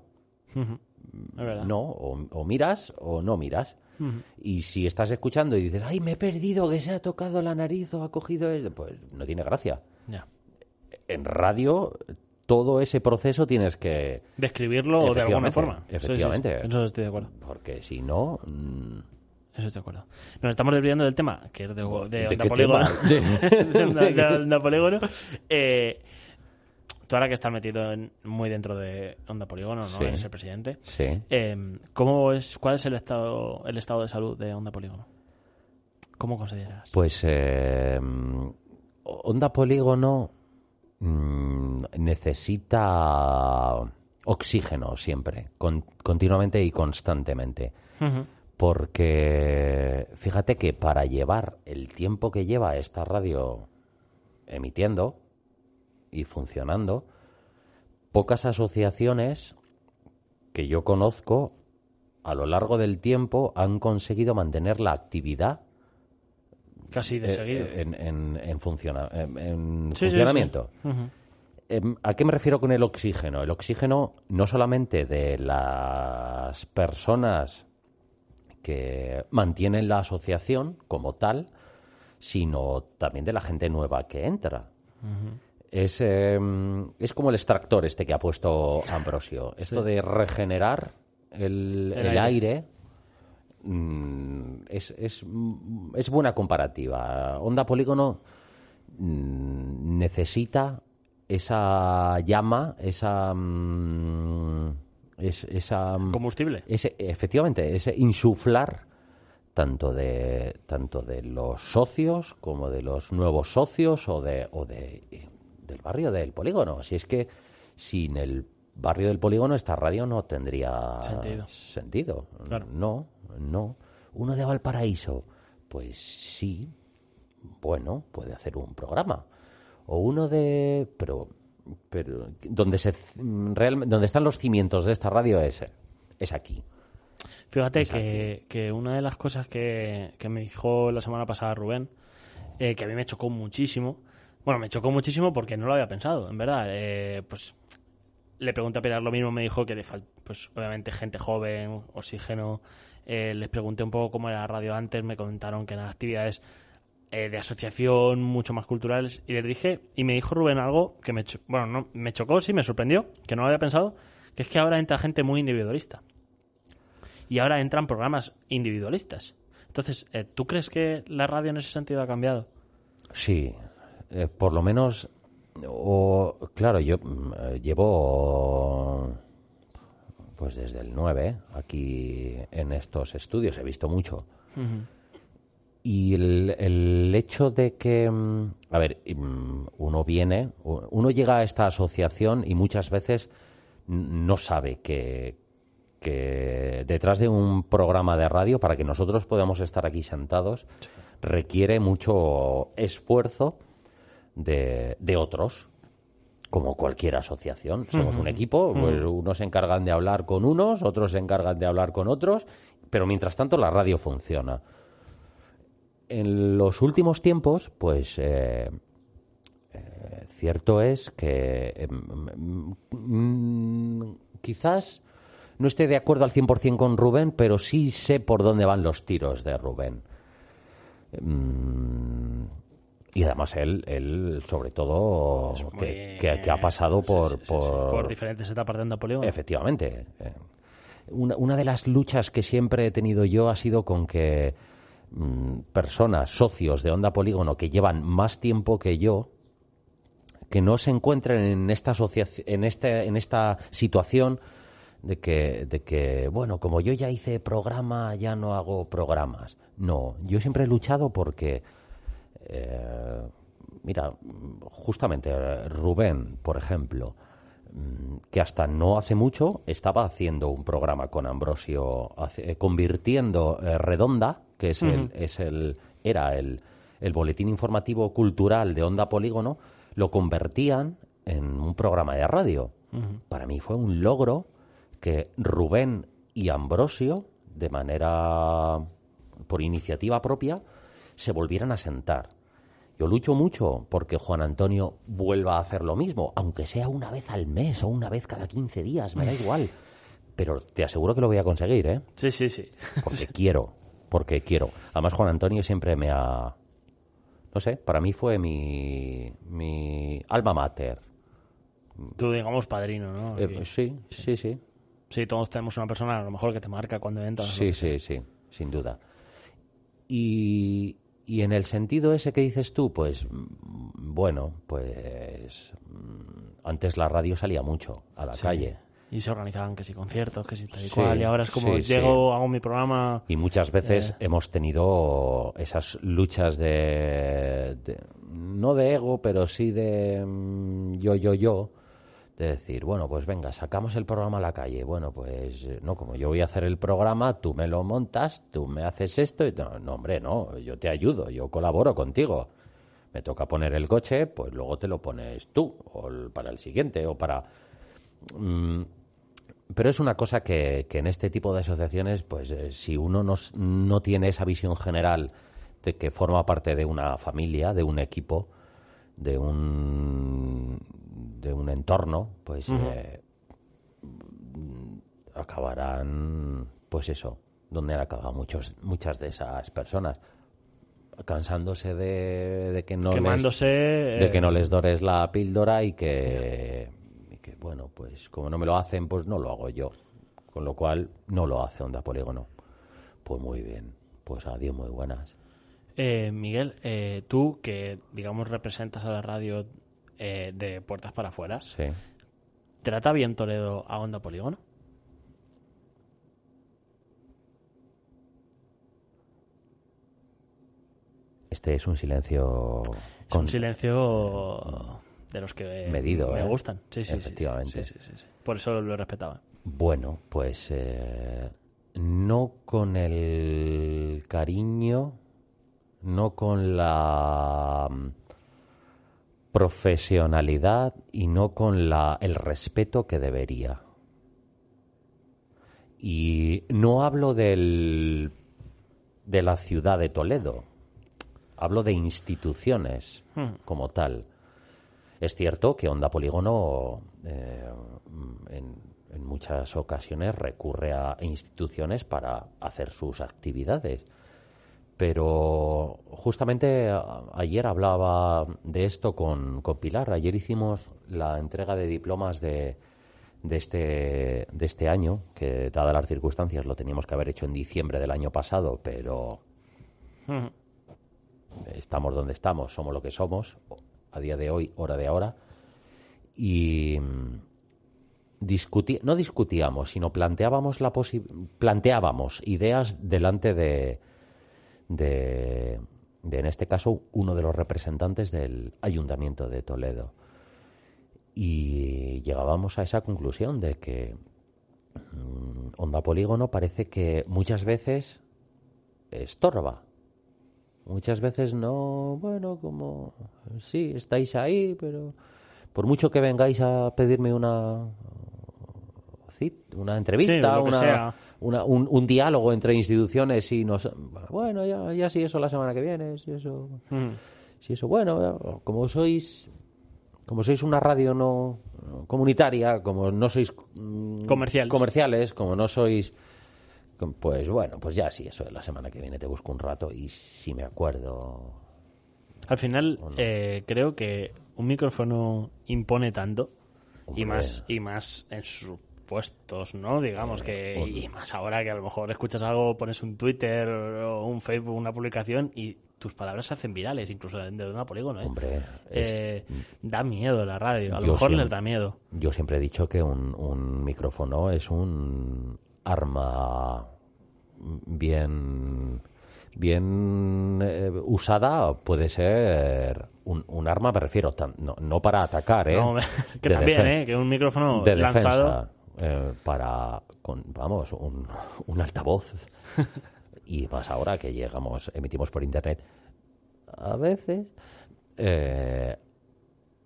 Speaker 3: Es verdad.
Speaker 6: No, o, o miras o no miras. Y si estás escuchando y dices, ay, me he perdido, que se ha tocado la nariz o ha cogido... el-", Pues no tiene gracia.
Speaker 3: Ya.
Speaker 6: En radio, todo ese proceso tienes que...
Speaker 3: Describirlo de alguna
Speaker 6: Efectivamente,
Speaker 3: forma. Sí, sí, sí.
Speaker 6: efectivamente.
Speaker 3: Eso estoy de acuerdo.
Speaker 6: Porque si no... mm,
Speaker 3: Eso estoy de acuerdo. Nos estamos desviando del tema, que es de, de,
Speaker 6: ¿de
Speaker 3: Onda
Speaker 6: qué
Speaker 3: Polígono.
Speaker 6: tema?
Speaker 3: de Onda- de Onda Polígono. Eh, tú ahora que estás metido en- muy dentro de Onda Polígono, ¿no?
Speaker 6: Sí.
Speaker 3: Eres el presidente.
Speaker 6: Sí.
Speaker 3: Eh, ¿cómo es, ¿Cuál es el estado, el estado de salud de Onda Polígono? ¿Cómo consideras?
Speaker 6: Pues eh, mm, Onda Polígono mm, necesita oxígeno siempre, con- continuamente y constantemente. Porque fíjate que para llevar el tiempo que lleva esta radio emitiendo y funcionando, pocas asociaciones que yo conozco a lo largo del tiempo han conseguido mantener la actividad
Speaker 3: Casi de
Speaker 6: eh,
Speaker 3: seguido.
Speaker 6: eh, en, en- en funciona- en- en
Speaker 3: Sí, sí,
Speaker 6: funcionamiento.
Speaker 3: sí. Ujú.
Speaker 6: Em, ¿A qué me refiero con el oxígeno? El oxígeno no solamente de las personas que mantienen la asociación como tal, sino también de la gente nueva que entra. Es, em, es como el extractor este que ha puesto Ambrosio. Esto de regenerar el,
Speaker 3: El aire.
Speaker 6: el aire mm, es, es- mm, es buena comparativa. Onda Polígono mm, necesita esa llama, esa... mm, es- esa mm,
Speaker 3: Combustible.
Speaker 6: ese, efectivamente, ese insuflar tanto de, tanto de los socios como eh, de los nuevos socios o, de, o de, del barrio del polígono. Si es que sin el barrio del polígono esta radio no tendría
Speaker 3: Sentido.
Speaker 6: sentido.
Speaker 3: Claro.
Speaker 6: No, no. Uno de Valparaíso, pues sí, bueno, puede hacer un programa. O uno de... Pero, pero donde, se, real- donde están los cimientos de esta radio es, es aquí.
Speaker 3: Fíjate
Speaker 6: Exacto.
Speaker 3: que, que una de las cosas que, que me dijo la semana pasada Rubén, eh, que a mí me chocó muchísimo, bueno, me chocó muchísimo porque no lo había pensado, en verdad. eh, pues le pregunté a Pilar lo mismo, me dijo que le falta, pues obviamente gente joven, oxígeno. eh, les pregunté un poco cómo era la radio antes, me comentaron que eran actividades eh, de asociación mucho más culturales y les dije, y me dijo Rubén algo que me, cho- bueno, no, me chocó, sí, me sorprendió, que no lo había pensado, que es que ahora entra gente muy individualista y ahora entran programas individualistas. Entonces, eh, ¿tú crees que la radio en ese sentido ha cambiado?
Speaker 6: Sí, eh, por lo menos, o claro, yo mm, eh, llevo pues desde el 9 aquí en estos estudios, he visto mucho. Y el, el hecho de que, mm, a ver, y, mm, uno viene, u- uno llega a esta asociación y muchas veces n- no sabe que, que detrás de un programa de radio, para que nosotros podamos estar aquí sentados, requiere mucho esfuerzo de, de otros, como cualquier asociación. Somos un equipo, pues unos se encargan de hablar con unos, otros se encargan de hablar con otros, pero mientras tanto la radio funciona. En los últimos tiempos, pues eh, eh, cierto es que eh, mm, mm, quizás no esté de acuerdo al 100% con Rubén, pero sí sé por dónde van los tiros de Rubén. Mm, Y además él, él sobre todo,
Speaker 3: Es muy-
Speaker 6: Oh, que, que- que ha pasado
Speaker 3: Sí,
Speaker 6: por...
Speaker 3: sí, sí, sí, por diferentes etapas de Andapolión.
Speaker 6: Efectivamente. Eh, Una, una de las luchas que siempre he tenido yo ha sido con que mm, personas, socios de Onda Polígono que llevan más tiempo que yo, que no se encuentren en esta, asociaci- en este, en esta situación de que, de que, bueno, como yo ya hice programa, ya no hago programas. No, yo siempre he luchado porque eh, mira, mm, justamente eh, Rubén, por ejemplo, mm, que hasta no hace mucho estaba haciendo un programa con Ambrosio, hace- eh, convirtiendo eh, Redonda, que es el, es el- era el, el boletín informativo cultural de Onda Polígono, lo convertían en un programa de radio. Para mí fue un logro que Rubén y Ambrosio, de manera por iniciativa propia, se volvieran a sentar. Yo lucho mucho porque Juan Antonio vuelva a hacer lo mismo, aunque sea una vez al mes o una vez cada 15 días, me da igual. Pero te aseguro que lo voy a conseguir, ¿eh?
Speaker 3: Sí, sí, sí.
Speaker 6: Porque quiero, porque quiero. Además, Juan Antonio siempre me ha... No sé, para mí fue mi, mi alma mater.
Speaker 3: Tú, digamos, padrino, ¿no?
Speaker 6: Eh,
Speaker 3: Aquí.
Speaker 6: sí, sí, sí.
Speaker 3: Sí, todos tenemos una persona a lo mejor que te marca cuando entras.
Speaker 6: Sí, sí, sí, sin duda. Y, y en el sentido ese que dices tú, pues mm, bueno, pues mm, antes la radio salía mucho a la
Speaker 3: Sí.
Speaker 6: calle
Speaker 3: Y se organizaban que si conciertos, que si tal y
Speaker 6: Sí,
Speaker 3: cual. Y ahora es como,
Speaker 6: sí, sí.
Speaker 3: llego, hago mi programa...
Speaker 6: y muchas veces
Speaker 3: Eh.
Speaker 6: hemos tenido esas luchas de, de- no de ego, pero sí de mm, yo, yo, yo. De decir, bueno, pues venga, sacamos el programa a la calle. Bueno, pues eh, no, como yo voy a hacer el programa, tú me lo montas, tú me haces esto. Y, no, no, hombre, no, yo te ayudo, yo colaboro contigo. Me toca poner el coche, pues luego te lo pones tú, o el- para el siguiente, o para. Mm, pero es una cosa que, que en este tipo de asociaciones, pues eh, si uno no, s- no tiene esa visión general de que forma parte de una familia, de un equipo, de un, de un entorno, pues eh, acabarán, pues eso, donde han acabado muchos, muchas de esas personas, cansándose de, de que no les-
Speaker 3: quemándose...
Speaker 6: de
Speaker 3: eh,
Speaker 6: que no les dores la píldora y que, y que, bueno, pues como no me lo hacen, pues no lo hago yo. Con lo cual, no lo hace Onda Polígono. Pues muy bien, pues adiós, muy buenas.
Speaker 3: Eh, Miguel, eh, tú que, digamos, representas a la radio eh, de puertas para afuera,
Speaker 6: Sí.
Speaker 3: ¿trata bien Toledo a Onda Polígono?
Speaker 6: Este es un silencio
Speaker 3: Es
Speaker 6: con-
Speaker 3: un silencio de los que eh,
Speaker 6: Medido,
Speaker 3: me
Speaker 6: ¿eh?
Speaker 3: gustan. Sí, sí, sí, sí.
Speaker 6: Efectivamente.
Speaker 3: Sí, sí, sí, sí. Por eso lo respetaba.
Speaker 6: Bueno, pues eh, no con el cariño, no con la mm, profesionalidad y no con la, el respeto que debería. Y no hablo del, de la ciudad de Toledo, hablo de instituciones como tal. Es cierto que Onda Polígono eh, en, en muchas ocasiones recurre a instituciones para hacer sus actividades. Pero justamente a- ayer hablaba de esto con, con Pilar. Ayer hicimos la entrega de diplomas de, de, este, de este año, que dadas las circunstancias lo teníamos que haber hecho en diciembre del año pasado, pero estamos donde estamos, somos lo que somos, a día de hoy, hora de ahora. Y mm, discuti- no discutíamos, sino planteábamos, la posi- planteábamos ideas delante de, de, de, en este caso, uno de los representantes del Ayuntamiento de Toledo. Y llegábamos a esa conclusión de que mm, Onda Polígono parece que muchas veces estorba. Muchas veces no, bueno, como sí, estáis ahí, pero por mucho que vengáis a pedirme una cit- una entrevista,
Speaker 3: lo que
Speaker 6: una-
Speaker 3: sea.
Speaker 6: una- un, un diálogo entre instituciones y nos bueno, ya, ya sí eso la semana que viene, si eso, si eso bueno, ya, como sois como sois una radio no no comunitaria, como no sois mm,
Speaker 3: Comerciales.
Speaker 6: comerciales, como no sois com- pues bueno, pues ya sí, eso la semana que viene te busco un rato y si me acuerdo
Speaker 3: Al final, eh, creo que un micrófono impone tanto
Speaker 6: Hombre.
Speaker 3: y más y más en sus puestos, ¿no? Digamos
Speaker 6: Eh,
Speaker 3: que y más ahora que a lo mejor escuchas algo, pones un Twitter o un Facebook, una publicación y tus palabras se hacen virales, incluso dentro de una polígono. ¿eh?
Speaker 6: Hombre, es-
Speaker 3: Eh, da miedo la radio, a lo
Speaker 6: Yo
Speaker 3: mejor
Speaker 6: siempre-
Speaker 3: les da miedo.
Speaker 6: Yo siempre he dicho que un, un micrófono es un arma bien, bien eh, usada, puede ser un, un arma, me refiero, tan- no, no para atacar, ¿eh?
Speaker 3: No, que
Speaker 6: De
Speaker 3: también,
Speaker 6: defen-
Speaker 3: ¿eh? Que un micrófono
Speaker 6: de
Speaker 3: lanzado...
Speaker 6: defensa, eh, para, con, vamos, un, un altavoz. y más ahora que llegamos, emitimos por internet, a veces, eh,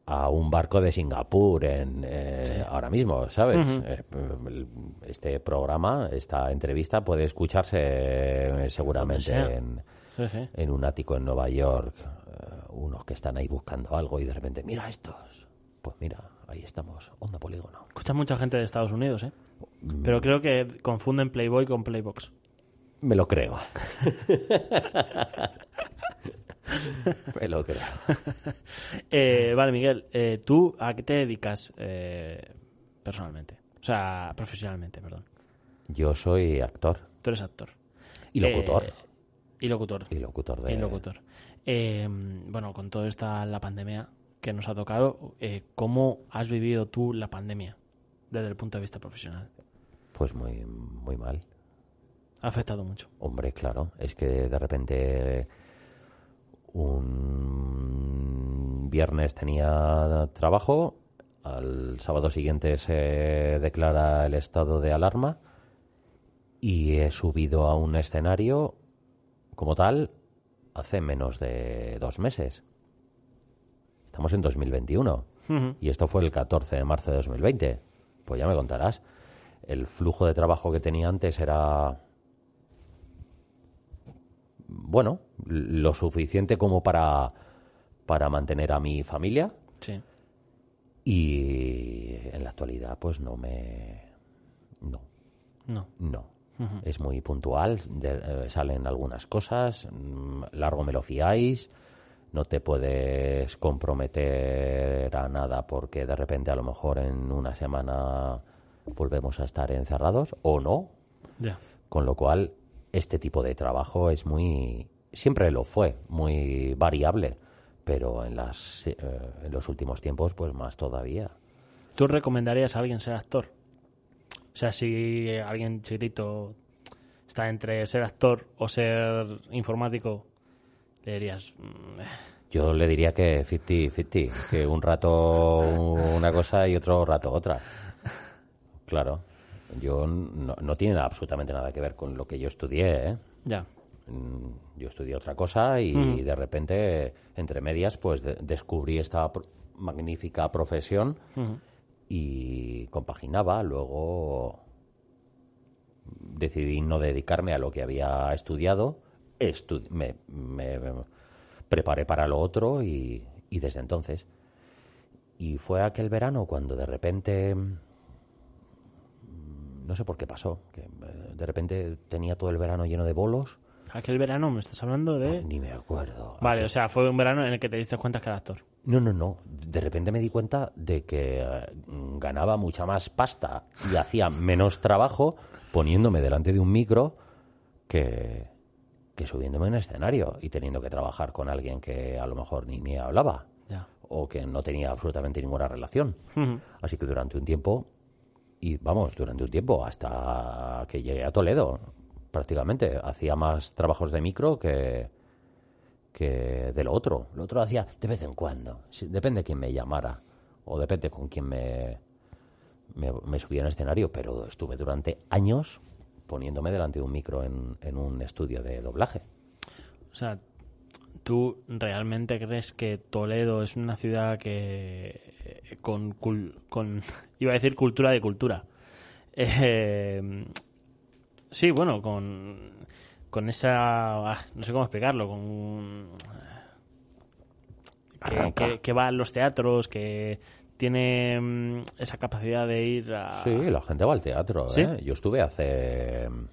Speaker 6: a un barco de Singapur en, eh, ahora mismo, ¿sabes? Eh, el- este programa, esta entrevista puede escucharse eh, seguramente
Speaker 3: Donde sea.
Speaker 6: en,
Speaker 3: Sí, sí.
Speaker 6: en un ático en Nueva York, eh, unos que están ahí buscando algo y de repente, mira estos. Pues mira, ahí estamos, onda polígono.
Speaker 3: Escucha mucha gente de Estados Unidos, ¿eh?
Speaker 6: Mm.
Speaker 3: Pero creo que confunden Playboy con Playbox.
Speaker 6: Me lo creo. Me lo creo.
Speaker 3: Eh,
Speaker 6: Mm.
Speaker 3: vale, Miguel, eh, ¿tú a qué te dedicas eh, personalmente? O sea, profesionalmente, perdón.
Speaker 6: Yo soy actor
Speaker 3: Tú eres actor.
Speaker 6: y locutor. pues.
Speaker 3: Eh, y locutor.
Speaker 6: y locutor de...
Speaker 3: Y locutor. Eh, bueno, con toda esta la pandemia que nos ha tocado, eh, ¿cómo has vivido tú la pandemia desde el punto de vista profesional?
Speaker 6: Pues muy, muy mal.
Speaker 3: Ha afectado mucho.
Speaker 6: Hombre, claro. Es que de repente un viernes tenía trabajo, al sábado siguiente se declara el estado de alarma y he subido a un escenario como tal hace menos de dos meses. Estamos en 2021 y esto fue el 14 de marzo de 2020. Pues ya me contarás. El flujo de trabajo que tenía antes era bueno, lo suficiente como para, para mantener a mi familia
Speaker 3: Sí.
Speaker 6: y en la actualidad pues no me... No,
Speaker 3: No.
Speaker 6: no. Es muy puntual, de- eh, salen algunas cosas, mm, largo me lo fiáis, no te puedes comprometer a nada porque de repente a lo mejor en una semana volvemos a estar encerrados o no,
Speaker 3: Ya.
Speaker 6: con lo cual, este tipo de trabajo es muy. Siempre lo fue, muy variable. Pero en, las, eh, en los últimos tiempos, pues más todavía.
Speaker 3: ¿Tú recomendarías a alguien ser actor? O sea, si alguien chiquitito está entre ser actor o ser informático, le dirías, "Mm, eh,
Speaker 6: Yo le diría que 50-50, que un rato una cosa y otro rato otra. Claro, yo no, no tiene absolutamente nada que ver con lo que yo estudié, ¿eh?
Speaker 3: Ya.
Speaker 6: Mm, yo estudié otra cosa y de repente, entre medias, pues de- descubrí esta pro- magnífica profesión y compaginaba. Luego decidí no dedicarme a lo que había estudiado, estu- me, me- me preparé para lo otro y, y desde entonces. Y fue aquel verano cuando de repente mm, no sé por qué pasó, que eh, de repente tenía todo el verano lleno de bolos.
Speaker 3: Aquel verano me estás hablando de...
Speaker 6: Eh, Ni me acuerdo.
Speaker 3: Vale, o sea, fue un verano en el que te diste cuenta que era actor.
Speaker 6: No, no, no. De repente me di cuenta de que eh, mm, ganaba mucha más pasta y hacía menos trabajo poniéndome delante de un micro que, que subiéndome a un escenario y teniendo que trabajar con alguien que a lo mejor ni me hablaba
Speaker 3: Ya.
Speaker 6: o que no tenía absolutamente ninguna relación. Así que durante un tiempo, y vamos, durante un tiempo, hasta que llegué a Toledo, prácticamente, hacía más trabajos de micro que, que de lo otro. Lo otro lo hacía de vez en cuando, Sí, depende quién me llamara o depende con quién me, me, me subía en escenario, pero estuve durante años poniéndome delante de un micro en, en un estudio de doblaje.
Speaker 3: O sea, ¿tú realmente crees que Toledo es una ciudad que eh, con, cul- con iba a decir cultura de cultura? Eh, sí, bueno, con con esa ah, no sé cómo explicarlo, con que,
Speaker 6: Arranca.
Speaker 3: que- que va a los teatros, que tiene mm, esa capacidad de ir a
Speaker 6: Sí, la gente va al teatro.
Speaker 3: Ah. ¿Sí?
Speaker 6: ¿eh? Yo estuve hace. mm,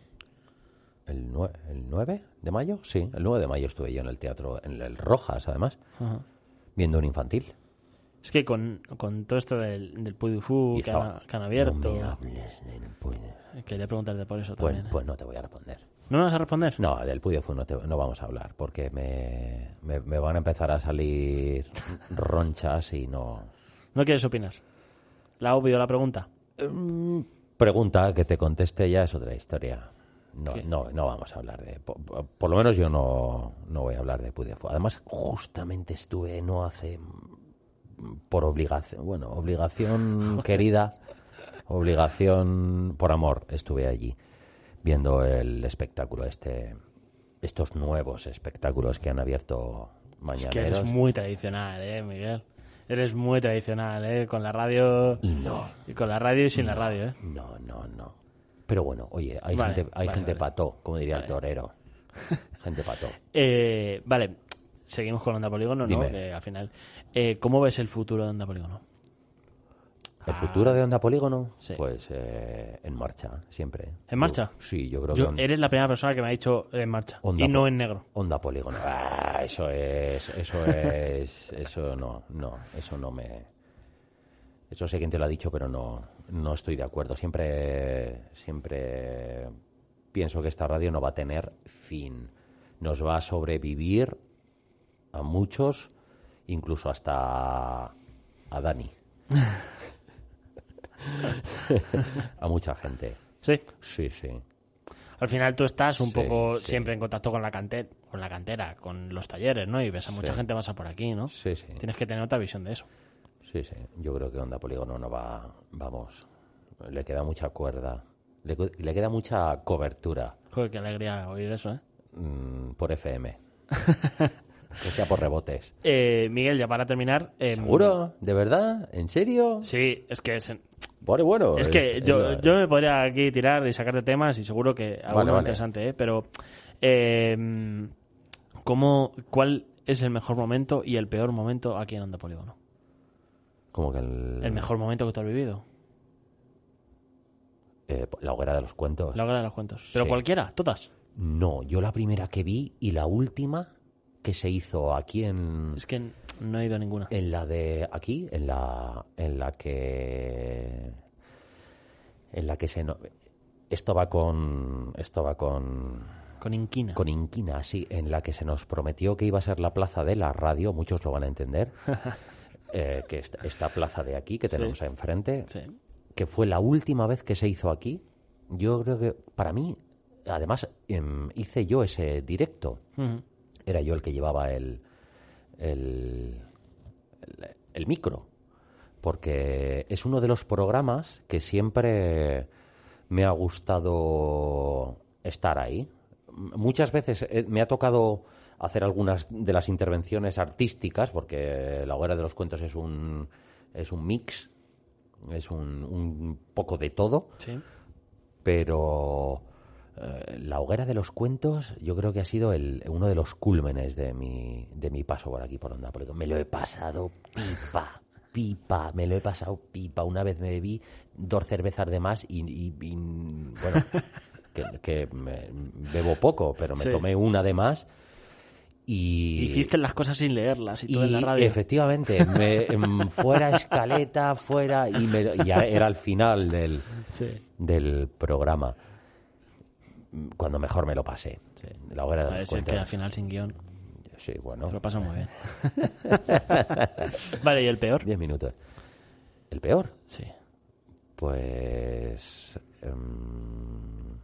Speaker 6: El, nue- ¿El 9 de mayo? Sí, el 9 de mayo estuve yo en el teatro, en el Rojas, además,
Speaker 3: Ajá.
Speaker 6: viendo un infantil.
Speaker 3: Es que con, con todo esto del, del Puy du Fou
Speaker 6: Y
Speaker 3: Uh, que, han-
Speaker 6: estaba-
Speaker 3: que han abierto, ¿eh?
Speaker 6: No me hables del Puy de-
Speaker 3: quería preguntarte por eso
Speaker 6: Pues,
Speaker 3: también. ¿eh?
Speaker 6: pues no te voy a responder.
Speaker 3: ¿No me vas a responder?
Speaker 6: No, del Puy de Fu no, te- no vamos a hablar, porque me, me, me van a empezar a salir ronchas y no.
Speaker 3: ¿No quieres opinar? La obvio la pregunta.
Speaker 6: Pregunta que te conteste ya es otra historia. No, no, no vamos a hablar de. po- po- Por, lo menos yo no, no voy a hablar de Pudefo. Además, justamente estuve no hace. mm, Por obligación. Bueno, obligación querida. Obligación por amor. Estuve allí viendo el espectáculo este. Estos nuevos espectáculos que han abierto
Speaker 3: Es que eres
Speaker 6: mañaneros.
Speaker 3: muy tradicional, eh, Miguel. Eres muy tradicional, eh, con la radio
Speaker 6: Y no.
Speaker 3: y con la radio y sin la radio, eh.
Speaker 6: No, no, no. Pero bueno, oye, hay
Speaker 3: Vale,
Speaker 6: gente, hay
Speaker 3: vale,
Speaker 6: gente
Speaker 3: vale.
Speaker 6: pató, como diría el torero. gente pató.
Speaker 3: Eh, vale, seguimos con Onda Polígono, ¿no?
Speaker 6: Dime.
Speaker 3: Que al final, eh, ¿cómo ves el futuro de Onda Polígono?
Speaker 6: ¿El futuro de Onda Polígono?
Speaker 3: Ah. Sí.
Speaker 6: Pues eh, en marcha, siempre.
Speaker 3: ¿En marcha?
Speaker 6: Yo- sí, yo creo que
Speaker 3: Yo,
Speaker 6: on-
Speaker 3: eres la primera persona que me ha dicho en marcha
Speaker 6: Pues Onda
Speaker 3: y no
Speaker 6: Po-
Speaker 3: en negro.
Speaker 6: Onda Polígono. Ah, eso es, eso es, eso no, no, eso no me... Eso sé quién te lo ha dicho, pero no, no estoy de acuerdo. Siempre, siempre pienso que esta radio no va a tener fin. Nos va a sobrevivir a muchos, incluso hasta a Dani. a mucha gente.
Speaker 3: Sí.
Speaker 6: Sí, sí.
Speaker 3: Al final tú estás un
Speaker 6: Sí,
Speaker 3: poco
Speaker 6: sí.
Speaker 3: siempre en contacto con la cantera, con la cantera, con los talleres, ¿no? Y ves a mucha
Speaker 6: Sí.
Speaker 3: gente pasar por aquí, ¿no?
Speaker 6: Sí, sí.
Speaker 3: Tienes que tener otra visión de eso.
Speaker 6: Sí, sí. Yo creo que Onda Polígono no va. Vamos. Le queda mucha cuerda. Le, cu- le queda mucha cobertura
Speaker 3: Joder, qué alegría oír eso, ¿eh?
Speaker 6: mm, por FM. que sea por rebotes.
Speaker 3: Eh, Miguel, ya para terminar. eh,
Speaker 6: ¿Seguro? ¿De verdad? ¿En serio?
Speaker 3: Sí, es que, se-
Speaker 6: Vale, bueno.
Speaker 3: es que
Speaker 6: Pues es
Speaker 3: yo,
Speaker 6: la-
Speaker 3: yo me podría aquí tirar y sacarte temas y seguro que algo
Speaker 6: Vale, vale.
Speaker 3: interesante, ¿eh? Pero, eh, ¿cómo, ¿cuál es el mejor momento y el peor momento aquí en Onda Polígono?
Speaker 6: Como que el.
Speaker 3: El mejor momento que tú has vivido.
Speaker 6: eh, la hoguera de los cuentos.
Speaker 3: La hora de los cuentos. Pero
Speaker 6: Pues Sí.
Speaker 3: cualquiera, todas.
Speaker 6: No, yo la primera que vi y la última que se hizo aquí en.
Speaker 3: Es que no he ido a ninguna.
Speaker 6: En la de aquí, en la en la que en la que se no- esto va con esto va con
Speaker 3: Con Inquina.
Speaker 6: con inquina, así, en la que se nos prometió que iba a ser la plaza de la radio, muchos lo van a entender. eh, que esta, esta plaza de aquí que tenemos ahí enfrente,
Speaker 3: Sí.
Speaker 6: que fue la última vez que se hizo aquí. Yo creo que para mí, además em, hice yo ese directo
Speaker 3: Ujú.
Speaker 6: era yo el que llevaba el, el, el- el micro, porque es uno de los programas que siempre me ha gustado estar ahí. M- Muchas veces eh, me ha tocado hacer algunas de las intervenciones artísticas, porque La Hoguera de los Cuentos es un, es un mix, es un, un poco de todo
Speaker 3: Sí.
Speaker 6: pero eh, la hoguera de los cuentos yo creo que ha sido el, uno de los cúlmenes de mi, de mi paso por aquí por onda, porque me lo he pasado pipa, pipa, me lo he pasado pipa. Una vez me bebí dos cervezas de más y, y- y, bueno, que, que me- bebo poco, pero me
Speaker 3: Sí.
Speaker 6: tomé una de más. Y,
Speaker 3: Hiciste las cosas sin leerlas y, todo en la radio.
Speaker 6: efectivamente, me- em, fuera escaleta, fuera, y, me- y ya era el final del,
Speaker 3: Sí.
Speaker 6: del programa cuando mejor me lo pasé. La hora de
Speaker 3: Joder,
Speaker 6: los
Speaker 3: es que al
Speaker 6: cuentos.
Speaker 3: final sin guión
Speaker 6: Sí, bueno,
Speaker 3: te lo pasa muy bien. vale, ¿y el peor?
Speaker 6: 10 minutos. El peor,
Speaker 3: Sí.
Speaker 6: pues. em,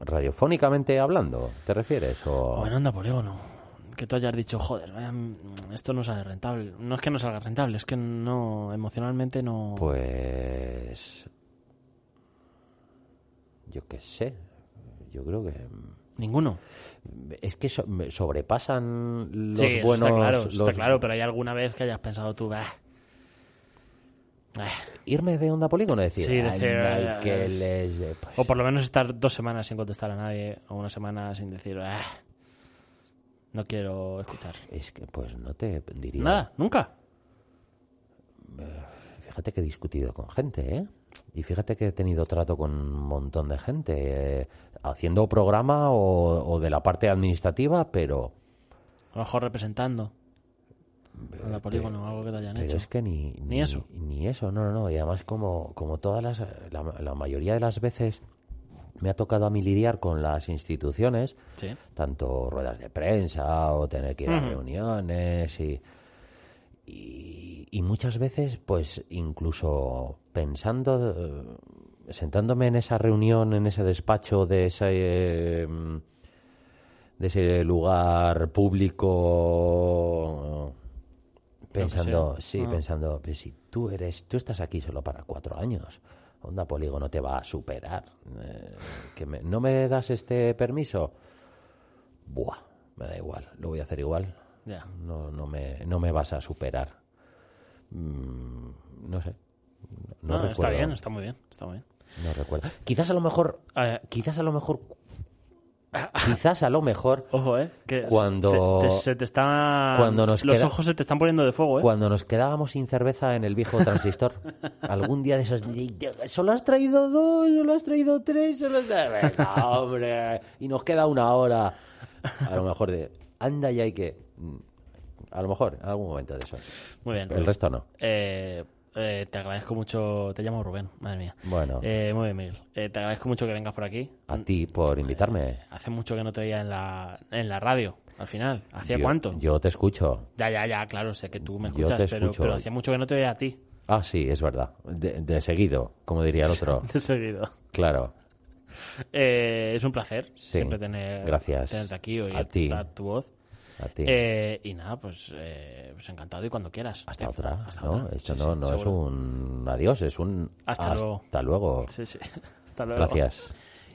Speaker 6: radiofónicamente hablando, ¿te refieres? O...
Speaker 3: O en onda polígono. Que tú hayas dicho, joder, vaya, mm, esto no sale rentable. No es que no salga rentable, es que no, emocionalmente no...
Speaker 6: Pues. Yo qué sé. Yo creo que. em,
Speaker 3: Ninguno.
Speaker 6: Es que so- me sobrepasan los
Speaker 3: sí, eso
Speaker 6: buenos.
Speaker 3: está claro, eso
Speaker 6: los-
Speaker 3: está claro, pero hay alguna vez que hayas pensado tú, bah. Ah.
Speaker 6: Irme de onda polígono, decir.
Speaker 3: Sí,
Speaker 6: "Ay,
Speaker 3: decir,
Speaker 6: ay,
Speaker 3: "Ah,
Speaker 6: que
Speaker 3: es-
Speaker 6: les- pues,
Speaker 3: O por lo menos estar dos semanas sin contestar a nadie, o una semana sin decir, "Ah, no quiero escuchar.
Speaker 6: Es que, pues no te diría.
Speaker 3: Nada, nunca.
Speaker 6: Fíjate que he discutido con gente, ¿eh? Y fíjate que he tenido trato con un montón de gente, eh, haciendo programa o, o de la parte administrativa, pero,
Speaker 3: A lo mejor representando. A la polígono o algo que te hayan
Speaker 6: pero
Speaker 3: hecho.
Speaker 6: es que ni,
Speaker 3: Ni eso.
Speaker 6: Ni eso, no, no, no. Y además, como, como todas las. La, la mayoría de las veces me ha tocado a mí lidiar con las instituciones,
Speaker 3: Sí.
Speaker 6: tanto ruedas de prensa o tener que ir a
Speaker 3: Ujú.
Speaker 6: reuniones y, y, y muchas veces pues incluso pensando eh, sentándome en esa reunión en ese despacho de ese eh, de ese lugar público pensando
Speaker 3: sea.
Speaker 6: sí
Speaker 3: Ah.
Speaker 6: pensando "Pero si tú eres tú estás aquí solo para cuatro años onda polígono te va a superar eh, que me- no me das este permiso buah me da igual lo voy a hacer igual
Speaker 3: Ya.
Speaker 6: no, no, me, no me vas a superar. Mm, no sé. No,
Speaker 3: No,
Speaker 6: recuerdo.
Speaker 3: Ah, está bien, está muy bien. Está muy bien.
Speaker 6: No recuerdo. Quizás a lo mejor.
Speaker 3: Eh,
Speaker 6: Quizás a lo mejor. quizás a lo mejor.
Speaker 3: ojo, ¿eh? Que
Speaker 6: Cuando-
Speaker 3: se te- te- se te está...
Speaker 6: cuando nos
Speaker 3: Los
Speaker 6: queda-
Speaker 3: ojos se te están poniendo de fuego, ¿eh?
Speaker 6: Cuando nos quedábamos sin cerveza en el viejo transistor. Algún día de esos. Solo has traído dos, solo has traído tres, solo has traído. Venga, hombre. Y nos queda una hora. A lo mejor de. Anda y hay que. A lo mejor, en algún momento de eso.
Speaker 3: Muy bien.
Speaker 6: El resto no.
Speaker 3: Eh, eh, te agradezco mucho... Te llamo Rubén, madre mía.
Speaker 6: Bueno.
Speaker 3: Eh, muy bien, Miguel. Eh, te agradezco mucho que vengas por aquí.
Speaker 6: A ti por invitarme.
Speaker 3: Hace mucho que no te veía en la, en la radio, al final. ¿Hacía
Speaker 6: Yo-
Speaker 3: cuánto?
Speaker 6: Yo te escucho.
Speaker 3: Ya, ya, ya, claro, sé que tú me
Speaker 6: Yo te
Speaker 3: escuchas, pero,
Speaker 6: escucho.
Speaker 3: pero hacía mucho que no te veía a ti.
Speaker 6: Ah, sí, es verdad. De, de seguido, como diría el otro.
Speaker 3: De seguido.
Speaker 6: Claro.
Speaker 3: Eh, es un placer
Speaker 6: Sí,
Speaker 3: siempre tener,
Speaker 6: gracias.
Speaker 3: tenerte aquí oír
Speaker 6: A ti.
Speaker 3: tu- tu voz.
Speaker 6: A ti.
Speaker 3: Eh, y nada, pues, eh, pues encantado y cuando quieras.
Speaker 6: hasta
Speaker 3: Eh,
Speaker 6: otra.
Speaker 3: hasta
Speaker 6: ¿no?
Speaker 3: otra.
Speaker 6: Esto
Speaker 3: Sí,
Speaker 6: no,
Speaker 3: sí,
Speaker 6: no es
Speaker 3: seguro.
Speaker 6: un adiós, es un
Speaker 3: Hasta luego.
Speaker 6: Hasta luego.
Speaker 3: Sí, sí. Hasta luego.
Speaker 6: Gracias.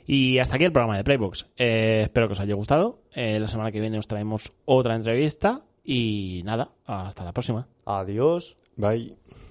Speaker 3: Y hasta aquí el programa de Playbox. Eh, espero que os haya gustado. Eh, la semana que viene os traemos otra entrevista. Y nada, hasta la próxima.
Speaker 2: Adiós.
Speaker 4: Bye.